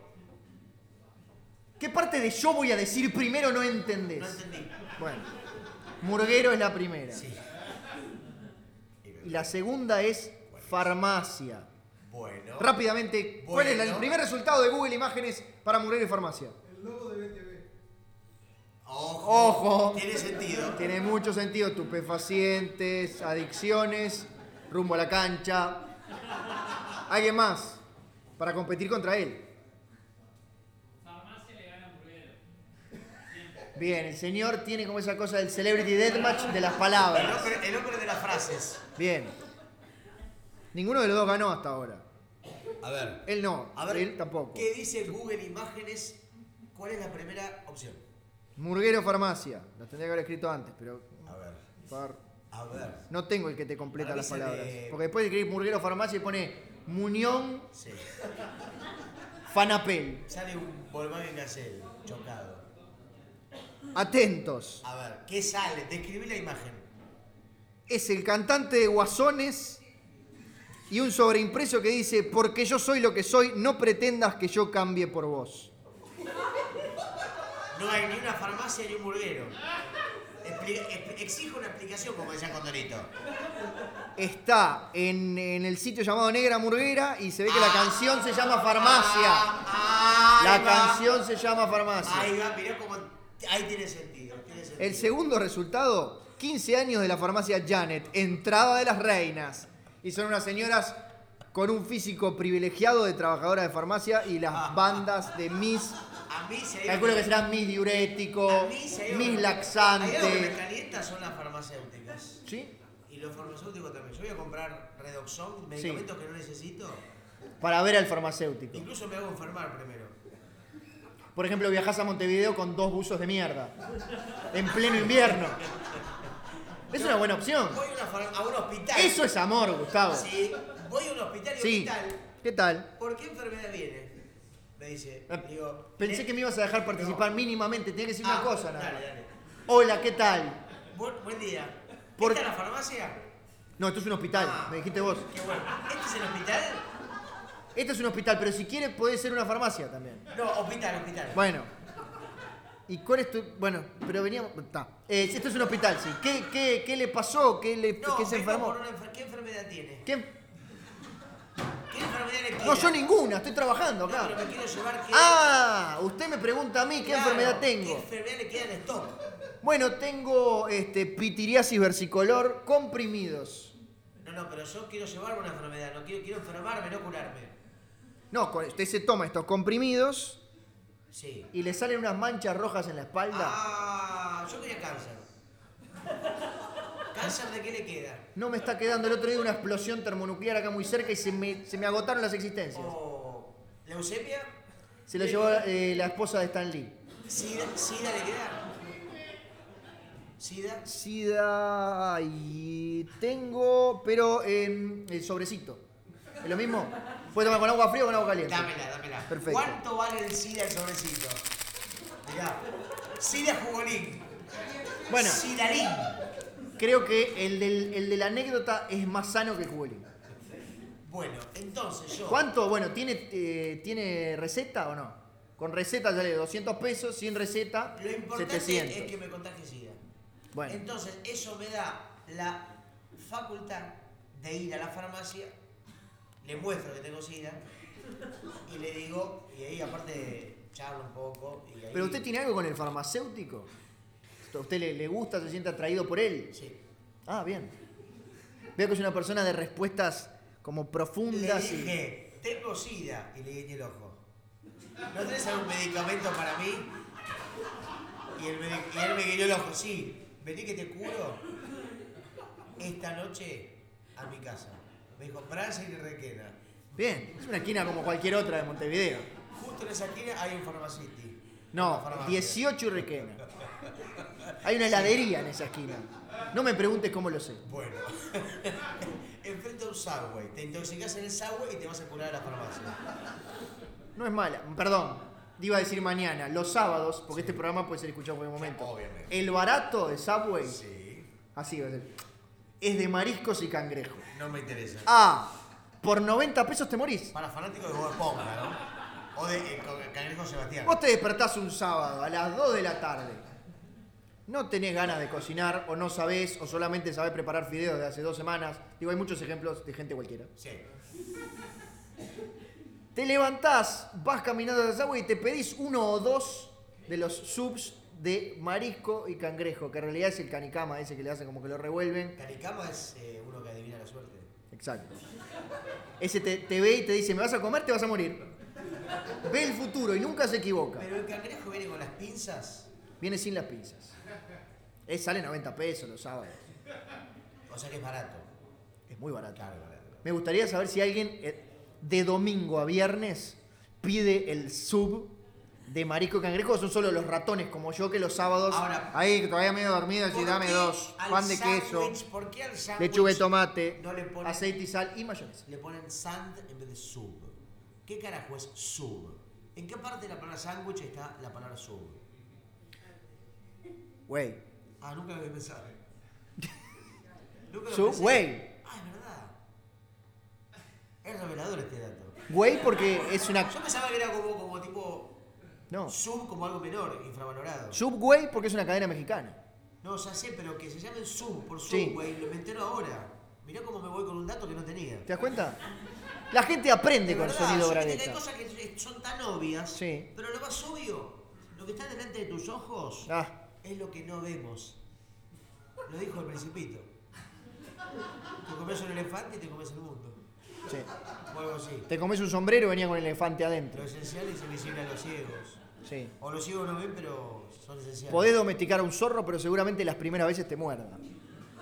Speaker 1: ¿Qué parte de yo voy a decir primero no entendés?
Speaker 2: No entendí.
Speaker 1: Bueno, murguero es la primera.
Speaker 2: Sí.
Speaker 1: Y la segunda es farmacia.
Speaker 2: Bueno.
Speaker 1: Rápidamente, ¿cuál es la- el
Speaker 2: Bueno.
Speaker 1: primer resultado de Google Imágenes para murguero y farmacia?
Speaker 2: Ojo.
Speaker 1: Ojo.
Speaker 2: Tiene sentido.
Speaker 1: Tiene mucho sentido, tupefacientes, adicciones, rumbo a la cancha. Alguien más para competir contra él.
Speaker 6: Farmacia le gana a Murguero.
Speaker 1: Bien, el señor tiene como esa cosa del celebrity deathmatch de las
Speaker 2: El
Speaker 1: palabras.
Speaker 2: hombre, el hombre de las frases.
Speaker 1: Bien. Ninguno de los dos ganó hasta ahora.
Speaker 2: A ver.
Speaker 1: Él no,
Speaker 2: A ver.
Speaker 1: él tampoco.
Speaker 2: ¿Qué dice Google Imágenes? ¿Cuál es la primera opción?
Speaker 1: Murguero farmacia. Lo tendría que haber escrito antes, pero
Speaker 2: A ver.
Speaker 1: far-
Speaker 2: A ver.
Speaker 1: no tengo el que te completa las
Speaker 2: Avísale.
Speaker 1: palabras. Porque después de escribir murguero farmacia y pone Muñón
Speaker 2: Sí.
Speaker 1: Fanapel.
Speaker 2: Sale un Volkswagen Gazelle chocado.
Speaker 1: Atentos.
Speaker 2: A ver, ¿qué sale? Describí la imagen.
Speaker 1: Es el cantante de Guasones y un sobreimpreso que dice, porque yo soy lo que soy, no pretendas que yo cambie por vos.
Speaker 2: No hay ni una farmacia ni un burguero. Expli- ex- exijo una explicación, como decía Condorito.
Speaker 1: Está en, en el sitio llamado Negra Murguera y se ve que la canción se llama Farmacia.
Speaker 2: Ah, ahí
Speaker 1: La
Speaker 2: va.
Speaker 1: canción se llama Farmacia.
Speaker 2: Ahí va, mirá cómo. Ahí tiene sentido. tiene sentido.
Speaker 1: El segundo resultado, 15 años de la farmacia Janet, entrada de las reinas. Y son unas señoras con un físico privilegiado de trabajadora de farmacia y las bandas de Miss
Speaker 2: A mí se ha ido-
Speaker 1: Calculo que serán mis Ah, diurético,
Speaker 2: a mí se ha ido-
Speaker 1: mis
Speaker 2: A mí lo que me
Speaker 1: laxantes.
Speaker 2: calienta son las farmacéuticas.
Speaker 1: ¿Sí?
Speaker 2: Y los farmacéuticos también. Yo voy a comprar redoxón, medicamentos que no necesito.
Speaker 1: Para ver al farmacéutico.
Speaker 2: Incluso me hago enfermar primero.
Speaker 1: Por ejemplo, viajás a Montevideo con dos buzos de mierda. En pleno invierno. Es una buena opción.
Speaker 2: Voy a, una far- a un hospital.
Speaker 1: Eso es amor, Gustavo.
Speaker 2: Sí. Voy a un hospital y
Speaker 1: Sí.
Speaker 2: hospital.
Speaker 1: ¿Qué tal?
Speaker 2: ¿Por qué enfermedad viene? Me dice. Digo,
Speaker 1: Pensé
Speaker 2: eh,
Speaker 1: que me ibas a dejar participar mínimamente. Tenía que decir una
Speaker 2: ah,
Speaker 1: cosa, nada.
Speaker 2: Dale,
Speaker 1: más.
Speaker 2: dale.
Speaker 1: Hola, ¿qué tal?
Speaker 2: Buen, buen día.
Speaker 1: Por-
Speaker 2: ¿Esta es la farmacia?
Speaker 1: No, esto es un hospital,
Speaker 2: Ah.
Speaker 1: me dijiste vos.
Speaker 2: Qué bueno. ¿Este es el hospital?
Speaker 1: Este es un hospital, pero si quieres puede ser una farmacia también.
Speaker 2: No, hospital, hospital.
Speaker 1: Bueno. ¿Y cuál es tu.? Bueno, pero veníamos. Está. Eh, esto es un hospital, sí. ¿Qué, qué, qué le pasó? ¿Qué, le,
Speaker 2: no,
Speaker 1: qué se
Speaker 2: vengo
Speaker 1: enfermó?
Speaker 2: por una enfer- ¿Qué enfermedad tiene?
Speaker 1: ¿Qué?
Speaker 2: ¿Qué enfermedad le
Speaker 1: No,
Speaker 2: queda?
Speaker 1: yo ninguna, estoy trabajando
Speaker 2: No, pero
Speaker 1: acá.
Speaker 2: me quiero llevar que.
Speaker 1: Ah, usted me pregunta a mí qué
Speaker 2: Claro,
Speaker 1: enfermedad
Speaker 2: ¿Qué
Speaker 1: tengo.
Speaker 2: enfermedad le queda en stock?
Speaker 1: Bueno, tengo este, pitiriasis versicolor comprimidos.
Speaker 2: No, no, pero yo quiero llevarme una enfermedad. No quiero, quiero enfermarme, no curarme.
Speaker 1: No, con- usted se toma estos comprimidos
Speaker 2: Sí.
Speaker 1: y le salen unas manchas rojas en la espalda.
Speaker 2: Ah, yo quería cáncer. ¿Cáncer de qué le queda?
Speaker 1: No me está quedando. El otro día una explosión termonuclear acá muy cerca y se me, se me agotaron las existencias.
Speaker 2: ¿O leucemia?
Speaker 1: Se lo llevó eh, la esposa de Stan Lee.
Speaker 2: ¿Sida, ¿Sida le queda? ¿Sida?
Speaker 1: SIDA y tengo, pero en el sobrecito. ¿Es lo mismo? ¿Puede tomar con agua fría o con agua caliente?
Speaker 2: Dámela, dámela.
Speaker 1: Perfecto.
Speaker 2: ¿Cuánto vale el SIDA el sobrecito? Mirá. SIDA jugolín.
Speaker 1: Bueno,
Speaker 2: SIDALÍN.
Speaker 1: creo que el, del- el de la anécdota es más sano que el juguelín.
Speaker 2: Bueno, entonces yo.
Speaker 1: ¿Cuánto? Bueno, ¿tiene, eh, ¿tiene receta o no? Con receta sale 200 pesos, sin receta,
Speaker 2: Lo importante
Speaker 1: 700.
Speaker 2: es que me contagie SIDA.
Speaker 1: Bueno.
Speaker 2: Entonces, eso me da la facultad de ir a la farmacia, le muestro que tengo SIDA y le digo, y ahí aparte charlo un poco. Y ahí,
Speaker 1: ¿Pero usted tiene algo con el farmacéutico? ¿A usted le, le gusta, se siente atraído por él?
Speaker 2: Sí.
Speaker 1: Ah, bien. Veo que es una persona de respuestas como
Speaker 2: Le
Speaker 1: profundas y...
Speaker 2: dije, tengo sida. Y le guiñé el ojo. ¿No tenés algún medicamento para mí? Y él, me, y él me guiñó el ojo, sí. Vení que te curo esta noche a mi casa. Me dijo, Francia y Requena.
Speaker 1: Bien, es una esquina como cualquier otra de Montevideo.
Speaker 2: Justo en esa esquina hay un Pharmacity. Una
Speaker 1: No,
Speaker 2: farmacia.
Speaker 1: 18 y Requena. Hay una heladería en esa esquina. No me preguntes cómo lo sé.
Speaker 2: Bueno, enfrente a un subway, te intoxicas en el subway y te vas a curar a la farmacia.
Speaker 1: No es mala. Perdón. Iba a decir mañana, los sábados, porque este programa puede ser escuchado en cualquier momento.
Speaker 2: Obviamente.
Speaker 1: El barato de Subway,
Speaker 2: Sí,
Speaker 1: así va a ser. Es de mariscos y cangrejos.
Speaker 2: no me interesa.
Speaker 1: Ah, por 90 pesos te morís.
Speaker 2: Para fanáticos de Bob Esponja, ¿no? O de eh, con- Cangrejo Sebastián.
Speaker 1: Vos te despertás un sábado a las 2 de la tarde. No tenés ganas de cocinar, o no sabés, o solamente sabés preparar fideos de hace dos semanas. Digo, hay muchos ejemplos de gente cualquiera.
Speaker 2: Sí.
Speaker 1: Te levantás, vas caminando hacia el agua y te pedís uno o dos de los subs de marisco y cangrejo, que en realidad es el canicama ese que le hacen como que lo revuelven.
Speaker 2: Caricama es eh, uno que adivina la suerte.
Speaker 1: Exacto. Ese te, te ve y te dice, me vas a comer, te vas a morir. Ve el futuro y nunca se equivoca.
Speaker 2: Pero el cangrejo viene con las pinzas.
Speaker 1: Viene sin las pinzas. Es, sale 90 pesos los sábados.
Speaker 2: O sea que es barato.
Speaker 1: Es muy barato.
Speaker 2: Claro, barato.
Speaker 1: Me gustaría saber si alguien eh, de domingo a viernes pide el sub de marisco y cangrejo o son solo los ratones como yo que los sábados
Speaker 2: Ahora-
Speaker 1: ahí que todavía medio dormido
Speaker 2: ¿Por
Speaker 1: si dame
Speaker 2: qué
Speaker 1: dos
Speaker 2: al
Speaker 1: pan de queso
Speaker 2: sándwich- ¿Por qué al sándwich
Speaker 1: lechuga y tomate
Speaker 2: No le ponen,
Speaker 1: aceite y sal y mayonesa
Speaker 2: le ponen sand en vez de sub? ¿Qué carajo es sub? ¿En qué parte de la palabra sándwich está la palabra sub?
Speaker 1: güey
Speaker 2: Ah, nunca lo había pensado. Nunca lo
Speaker 1: sub
Speaker 2: pensé.
Speaker 1: güey
Speaker 2: Ah, es verdad. Es revelador este dato.
Speaker 1: güey porque es una
Speaker 2: Yo pensaba que era como, como tipo
Speaker 1: no
Speaker 2: sub como algo menor, infravalorado.
Speaker 1: sub güey porque es una cadena mexicana
Speaker 2: No, ya sé, pero que se llamen sub por sub,
Speaker 1: Sí.
Speaker 2: güey, lo me entero ahora. Mirá cómo me voy con un dato que no tenía.
Speaker 1: ¿te das cuenta? la gente aprende
Speaker 2: De
Speaker 1: con
Speaker 2: verdad,
Speaker 1: sonido
Speaker 2: yo creo que
Speaker 1: bragueta
Speaker 2: Hay cosas que son tan obvias,
Speaker 1: Sí.
Speaker 2: pero lo más obvio, lo que está delante de tus ojos,
Speaker 1: ah
Speaker 2: es lo que no vemos. Lo dijo el principito. Te comes un elefante y te comes el mundo.
Speaker 1: sí.
Speaker 2: O algo así.
Speaker 1: te comes un sombrero y venía con el elefante adentro
Speaker 2: Lo esencial es invisible a los ciegos.
Speaker 1: sí
Speaker 2: O los ciegos no ven, pero son esenciales.
Speaker 1: Podés domesticar a un zorro, pero seguramente las primeras veces te muerda.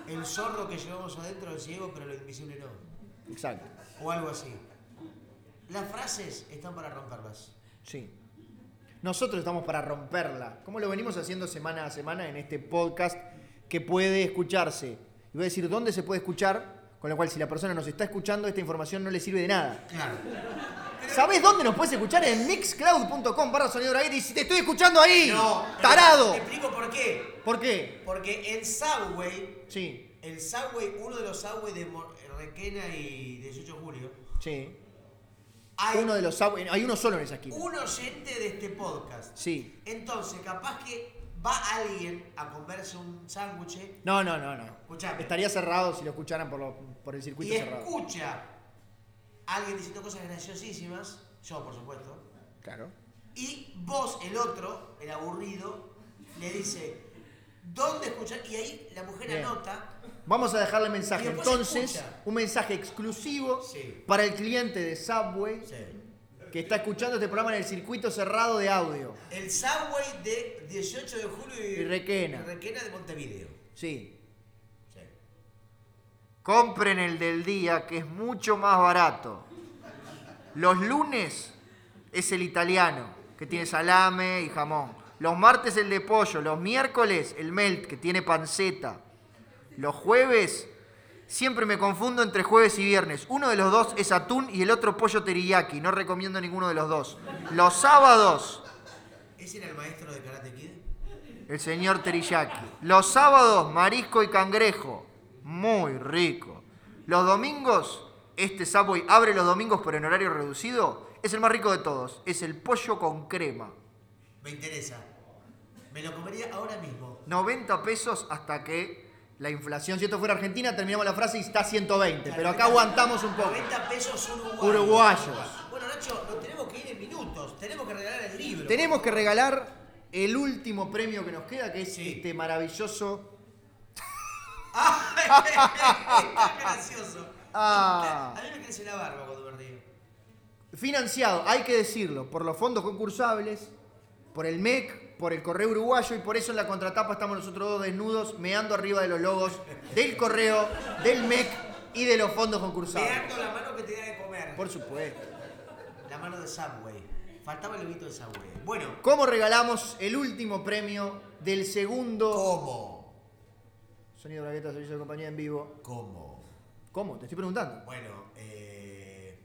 Speaker 2: El zorro que llevamos adentro es ciego, pero lo invisible no.
Speaker 1: Exacto.
Speaker 2: O algo así. Las frases están para romperlas.
Speaker 1: Sí. Nosotros estamos para romperla, como lo venimos haciendo semana a semana en este podcast que puede escucharse. Y voy a decir dónde se puede escuchar, con lo cual si la persona nos está escuchando, esta información no le sirve de nada.
Speaker 2: Claro.
Speaker 1: ¿Sabés dónde nos puedes escuchar? En mixcloud.com barra sonido aire. Y si te estoy escuchando ahí,
Speaker 2: No.
Speaker 1: tarado.
Speaker 2: Te explico por qué.
Speaker 1: ¿Por qué?
Speaker 2: Porque en Subway,
Speaker 1: Sí,
Speaker 2: el Subway, uno de los Subway de Mo- Requena y 18 de julio,
Speaker 1: sí.
Speaker 2: hay
Speaker 1: Uno de los sab- Hay uno solo en esa esquina.
Speaker 2: un oyente de este podcast.
Speaker 1: Sí.
Speaker 2: Entonces, capaz que va alguien a comerse un sándwich
Speaker 1: No, no, no, no.
Speaker 2: Escuchame.
Speaker 1: Estaría cerrado si lo escucharan por, lo- por el circuito
Speaker 2: y
Speaker 1: cerrado.
Speaker 2: escucha a alguien diciendo cosas graciosísimas, yo por supuesto,
Speaker 1: Claro.
Speaker 2: y vos, el otro, el aburrido, le dice, ¿dónde escuchar? Y ahí la mujer
Speaker 1: Bien.
Speaker 2: anota,
Speaker 1: Vamos a dejarle
Speaker 2: Y
Speaker 1: mensaje.
Speaker 2: después
Speaker 1: Entonces,
Speaker 2: escucha.
Speaker 1: un mensaje exclusivo
Speaker 2: Sí.
Speaker 1: para el cliente de Subway que está escuchando este programa en el circuito cerrado de audio.
Speaker 2: el subway de 18 de julio y,
Speaker 1: Y Requena.
Speaker 2: y Requena de Montevideo.
Speaker 1: Sí.
Speaker 2: Sí.
Speaker 1: Compren el del día que es mucho más barato. Los lunes es el italiano, que tiene salame y jamón. Los martes el de pollo. Los miércoles el melt, que tiene panceta. Los jueves siempre me confundo entre jueves y viernes. Uno de los dos es atún y el otro pollo teriyaki. No recomiendo ninguno de los dos. Los sábados
Speaker 2: ¿Ese era el maestro de Karate Kid?
Speaker 1: el señor teriyaki. Los sábados marisco y cangrejo. Muy rico. Los domingos, este Subway abre los domingos por en horario reducido. Es el más rico de todos. Es el pollo con crema.
Speaker 2: Me interesa. Me lo comería ahora mismo.
Speaker 1: 90 pesos hasta que la inflación, si esto fuera Argentina, terminamos la frase y está 120. Pero acá
Speaker 2: 90
Speaker 1: aguantamos un poco.
Speaker 2: 90 pesos uruguayos.
Speaker 1: Uruguayos.
Speaker 2: Bueno, Nacho, nos tenemos que ir en minutos. Tenemos que regalar el libro.
Speaker 1: Tenemos que regalar el último premio que nos queda, que es
Speaker 2: Sí.
Speaker 1: este maravilloso.
Speaker 2: Está gracioso.
Speaker 1: Ah.
Speaker 2: A mí me crece la barba cuando me río.
Speaker 1: Financiado, hay que decirlo, por los fondos concursables, por el MEC, por el Correo Uruguayo y por eso en la contratapa estamos nosotros dos desnudos meando arriba de los logos del Correo, del MEC y de los fondos concursables.
Speaker 2: Meando la mano que te da de comer.
Speaker 1: Por supuesto.
Speaker 2: La mano de Subway. Faltaba el lobito de Sagüe. Bueno,
Speaker 1: ¿Cómo regalamos el último premio del segundo
Speaker 2: ¿cómo?
Speaker 1: Sonido Bragueta Servicio de Compañía en vivo?
Speaker 2: ¿Cómo?
Speaker 1: ¿Cómo? Te estoy preguntando.
Speaker 2: Bueno, eh.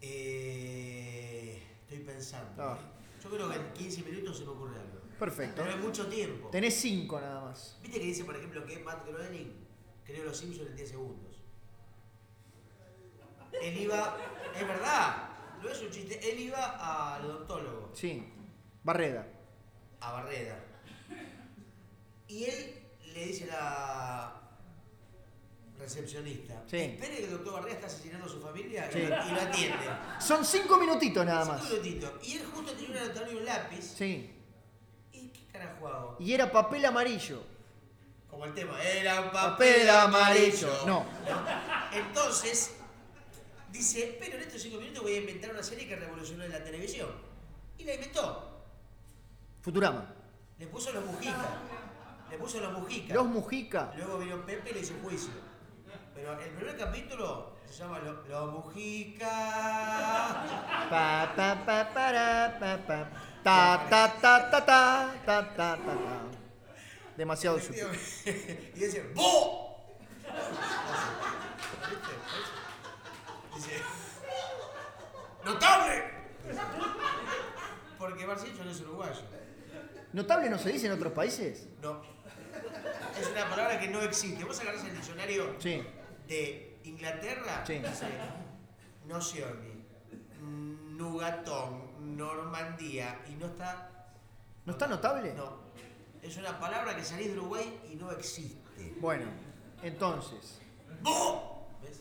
Speaker 2: Eh. Estoy pensando.
Speaker 1: Ah.
Speaker 2: Yo creo que en 15 minutos se me ocurre algo.
Speaker 1: Perfecto.
Speaker 2: Pero es mucho tiempo.
Speaker 1: Tenés cinco nada más.
Speaker 2: ¿Viste que dice, por ejemplo, que Matt Groening creó los Simpsons en 10 segundos? Él iba. Es verdad, no es un chiste. Él iba al odontólogo,
Speaker 1: Sí. Barreda.
Speaker 2: a Barreda. Y él le dice a la recepcionista:
Speaker 1: Sí.
Speaker 2: Espere que el doctor Barreda está asesinando a su familia y
Speaker 1: Sí.
Speaker 2: lo- y lo atiende.
Speaker 1: Son cinco minutitos nada
Speaker 2: Cinco
Speaker 1: más.
Speaker 2: minutitos. Y él justo tenía un anotador y un lápiz.
Speaker 1: Sí.
Speaker 2: ¿Y qué carajo hago?
Speaker 1: Y era papel amarillo.
Speaker 2: Como el tema, era un
Speaker 1: Papel
Speaker 2: papel amarillo.
Speaker 1: amarillo. No.
Speaker 2: Entonces, dice, pero en estos cinco minutos voy a inventar una serie que revolucionó la televisión. Y la inventó.
Speaker 1: Futurama.
Speaker 2: Le puso los Mujica. Le puso los Mujica.
Speaker 1: Los Mujica.
Speaker 2: Luego vino Pepe y le hizo un juicio. Pero el primer capítulo se llama Lo- Los Mujica.
Speaker 1: Pa, pa, pa, para, pa, pa. Ta, ta, ta, ta, ta, ta, ta, ta, ta. Demasiado sutil.
Speaker 2: y dice, ¡Bo! Dice, ¡Notable! Porque Barcillo no es uruguayo.
Speaker 1: ¿Notable no se dice en otros países?
Speaker 2: No. Es una palabra que no existe. Vos agarrás el diccionario
Speaker 1: Sí.
Speaker 2: de Inglaterra.
Speaker 1: Sí.
Speaker 2: Dice Nocioni, Nugatón, Normandía. Y no está.
Speaker 1: ¿No está notable?
Speaker 2: No. Es una palabra que salís de Uruguay y no existe.
Speaker 1: Bueno, entonces.
Speaker 2: ¿Ves?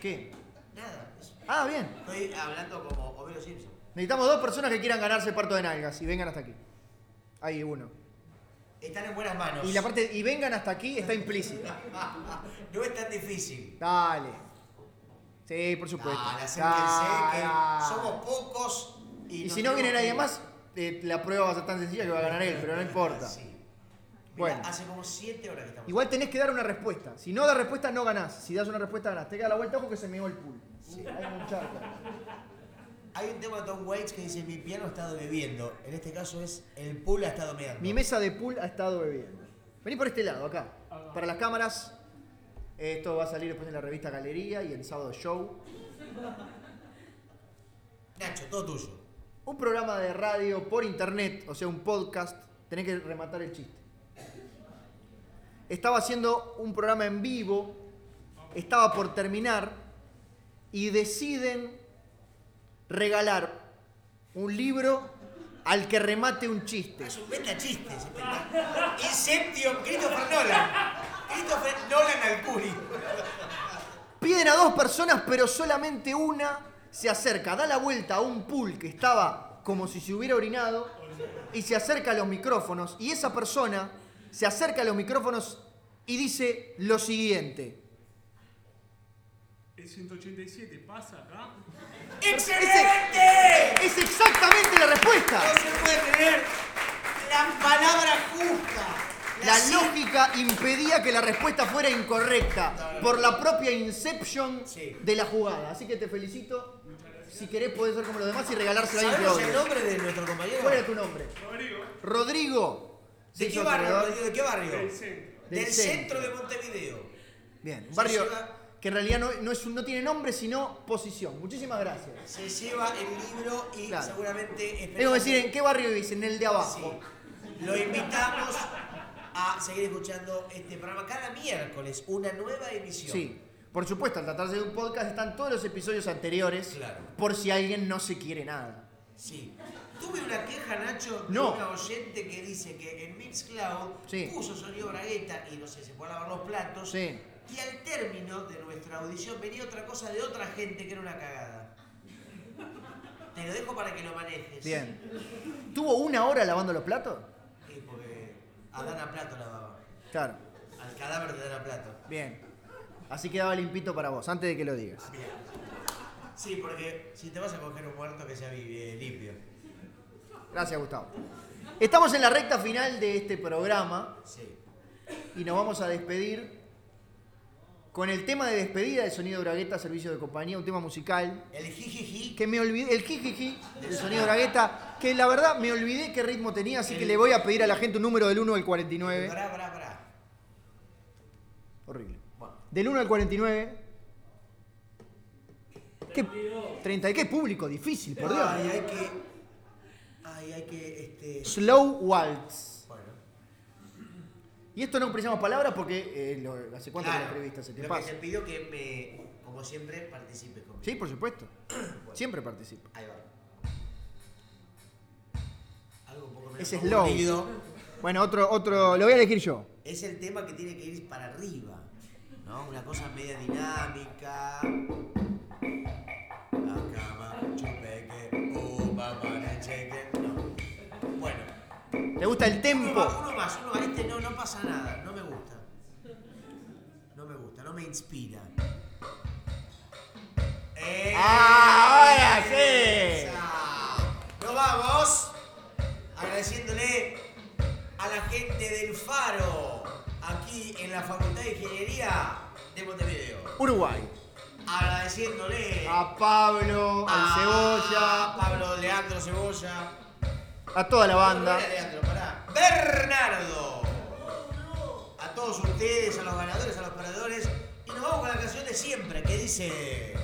Speaker 1: ¿Qué?
Speaker 2: Nada. es-
Speaker 1: Ah, bien.
Speaker 2: Estoy hablando como Homero Simpson.
Speaker 1: Necesitamos dos personas que quieran ganarse parto de nalgas y vengan hasta aquí. Ahí, uno.
Speaker 2: Están en buenas manos.
Speaker 1: Y la parte, y vengan hasta aquí está implícita.
Speaker 2: No es tan difícil.
Speaker 1: Dale. Sí, por supuesto.
Speaker 2: Dale, acérquense, que
Speaker 1: Dale.
Speaker 2: somos pocos. Y,
Speaker 1: Y
Speaker 2: nos
Speaker 1: si no viene
Speaker 2: tenemos que
Speaker 1: nadie
Speaker 2: ir.
Speaker 1: más, eh, la prueba va a ser tan sencilla que va a ganar él, pero no importa.
Speaker 2: Sí. Mirá,
Speaker 1: Bueno.
Speaker 2: hace como 7 horas que estamos.
Speaker 1: Igual tenés que dar una respuesta. Si no das respuesta, no ganás. Si das una respuesta, ganás. Te queda la vuelta, ojo que se me dio el pool. Hay un charco.
Speaker 2: Hay un tema de Tom Waits que dice: Mi piano ha estado bebiendo. En este caso es: El pool ha estado meando.
Speaker 1: Mi mesa de pool ha estado bebiendo. Vení por este lado, acá. Para las cámaras. Esto va a salir después en la revista Galería y en Sábado Show.
Speaker 2: Nacho, todo tuyo.
Speaker 1: Un programa de radio por internet, o sea, un podcast. Tenés que rematar el chiste. Estaba haciendo un programa en vivo. Estaba por terminar. Y deciden regalar un libro al que remate un chiste.
Speaker 2: Es un meta chiste. ese pendejo. Inception, Christopher Nolan. Christopher Nolan al Curi.
Speaker 1: Piden a dos personas, pero solamente una se acerca, da la vuelta a un pool que estaba como si se hubiera orinado y se acerca a los micrófonos. Y esa persona se acerca a los micrófonos y dice lo siguiente.
Speaker 6: El 187 pasa acá.
Speaker 2: ¡Excelente!
Speaker 1: Es exactamente la respuesta.
Speaker 2: No se puede tener la palabra justa.
Speaker 1: La
Speaker 2: sí-
Speaker 1: lógica impedía que la respuesta fuera incorrecta por la propia inception
Speaker 2: Sí.
Speaker 1: de la jugada. Así que te felicito. Si querés podés ser como los demás y regalársela a alguien que
Speaker 2: ¿Sabemos el
Speaker 1: odie.
Speaker 2: nombre de nuestro compañero?
Speaker 1: ¿Cuál era tu nombre?
Speaker 6: Rodrigo,
Speaker 1: Rodrigo.
Speaker 2: ¿De qué
Speaker 1: Sos
Speaker 2: barrio?
Speaker 1: corredor.
Speaker 2: Rodrigo? ¿De qué barrio?
Speaker 6: del centro.
Speaker 1: Del
Speaker 2: Del
Speaker 1: centro.
Speaker 2: centro de Montevideo.
Speaker 1: Bien, un
Speaker 2: Se
Speaker 1: barrio
Speaker 2: lleva-
Speaker 1: que en realidad no, no es un- no tiene nombre, sino posición. Muchísimas gracias.
Speaker 2: Se lleva el libro y
Speaker 1: Claro.
Speaker 2: seguramente...
Speaker 1: Es como decir, ¿en qué barrio vivís? En el de abajo.
Speaker 2: Sí. Lo invitamos a seguir escuchando este programa cada miércoles, una nueva
Speaker 1: Sí.
Speaker 2: emisión.
Speaker 1: Por supuesto, al tratarse de un podcast están todos los episodios anteriores
Speaker 2: Claro.
Speaker 1: por si alguien no se quiere nada.
Speaker 2: Sí. Tuve una queja, Nacho, de
Speaker 1: No.
Speaker 2: una oyente que dice que en Mixcloud
Speaker 1: Sí.
Speaker 2: puso sonido bragueta y no sé, se fue a lavar los platos.
Speaker 1: Sí.
Speaker 2: Y al término de nuestra audición venía otra cosa de otra gente que era una cagada. Te lo dejo para que lo manejes.
Speaker 1: Bien. ¿Tuvo una hora lavando los platos?
Speaker 2: Sí, porque a Dana Plato la daba.
Speaker 1: Claro.
Speaker 2: Al cadáver de Dana Plato.
Speaker 1: Bien. Así quedaba limpito para vos, antes de que lo digas.
Speaker 2: Bien. Sí, porque si te vas a coger un muerto que sea vi- eh, limpio.
Speaker 1: Gracias, Gustavo. Estamos en la recta final de este programa.
Speaker 2: Sí.
Speaker 1: y nos vamos a despedir con el tema de despedida de Sonido Bragueta, Servicio de Compañía, un tema musical.
Speaker 2: El jijiji.
Speaker 1: Que me olvidé, el jijiji de Sonido Bragueta, que la verdad me olvidé qué ritmo tenía, así que le voy a pedir a la gente un número del 1 al 49.
Speaker 2: Pará, pará, pará.
Speaker 1: Horrible.
Speaker 2: Bueno,
Speaker 1: Del 1 al 49. ¿Qué, 30, ¿Qué público difícil, por Dios?
Speaker 2: ay, hay que. Ay, hay que. Este,
Speaker 1: Slow Waltz.
Speaker 2: bueno.
Speaker 1: Y esto no precisamos palabras porque eh, lo- hace cuánto que lo
Speaker 2: Claro,
Speaker 1: escribiste, hace
Speaker 2: lo
Speaker 1: que
Speaker 2: que
Speaker 1: pasa.
Speaker 2: te pido que me, como siempre, participes conmigo.
Speaker 1: Sí, por supuesto. Siempre participo.
Speaker 2: Ahí va. Algo un poco menos
Speaker 1: Es slow.
Speaker 2: aburrido.
Speaker 1: Bueno, otro, otro, lo voy a elegir yo.
Speaker 2: Es el tema que tiene que ir para arriba, ¿no? Una cosa media dinámica. Acá va un chupeque, uva, maracheque. No. Bueno.
Speaker 1: ¿Te gusta el
Speaker 2: Uno
Speaker 1: tempo?
Speaker 2: más, uno más, uno más. Este no, no pasa nada. No me gusta. No me gusta, no me inspira. ¡Eh!
Speaker 1: Ah, ahora sí.
Speaker 2: Esa. Eh, Nos vamos agradeciéndole a la gente del Faro, aquí en la Facultad de Ingeniería de Montevideo.
Speaker 1: Uruguay.
Speaker 2: Agradeciéndole
Speaker 1: A Pablo, al
Speaker 2: a
Speaker 1: Cebolla,
Speaker 2: Pablo Leandro Cebolla.
Speaker 1: a toda la banda.
Speaker 2: No era Leandro, pará. Bernardo. A todos ustedes, a los ganadores, a los perdedores. Y nos vamos con la canción de siempre que dice.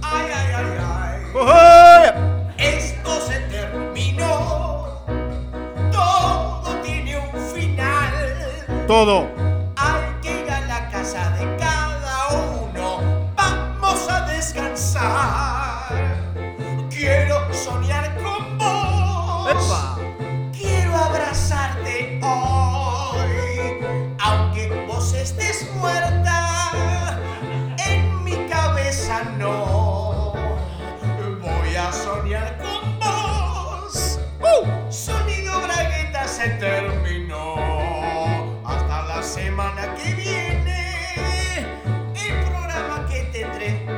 Speaker 2: Ay, ay, ay, ay.
Speaker 1: ¡Ojo!
Speaker 2: Esto se terminó. Todo tiene un final.
Speaker 1: Todo.
Speaker 2: Hay que ir a la casa de cada uno. Vamos a descansar. Quiero soñar con vos.
Speaker 1: ¡Epa!
Speaker 2: Quiero abrazarte hoy. Aunque vos estés muerta, en mi cabeza no. Voy a soñar con vos.
Speaker 1: ¡Uh!
Speaker 2: Sonido Bragueta se terminó. Hasta la semana que viene. El programa que tendré.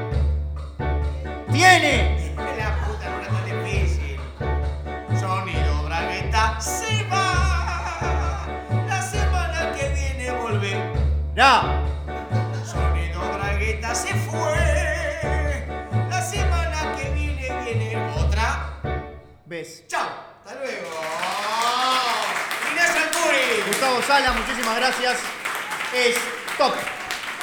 Speaker 1: ¡Tiene!
Speaker 2: La puta no era tan difícil. Sonido Bragueta se va. La semana que viene volver.
Speaker 1: ¡Ya!
Speaker 2: Sonido Bragueta se fue. La semana que viene viene otra.
Speaker 1: ¿Ves?
Speaker 2: Chao. Hasta luego. Inés Alcuri.
Speaker 1: Gustavo Sala, muchísimas gracias. Es top.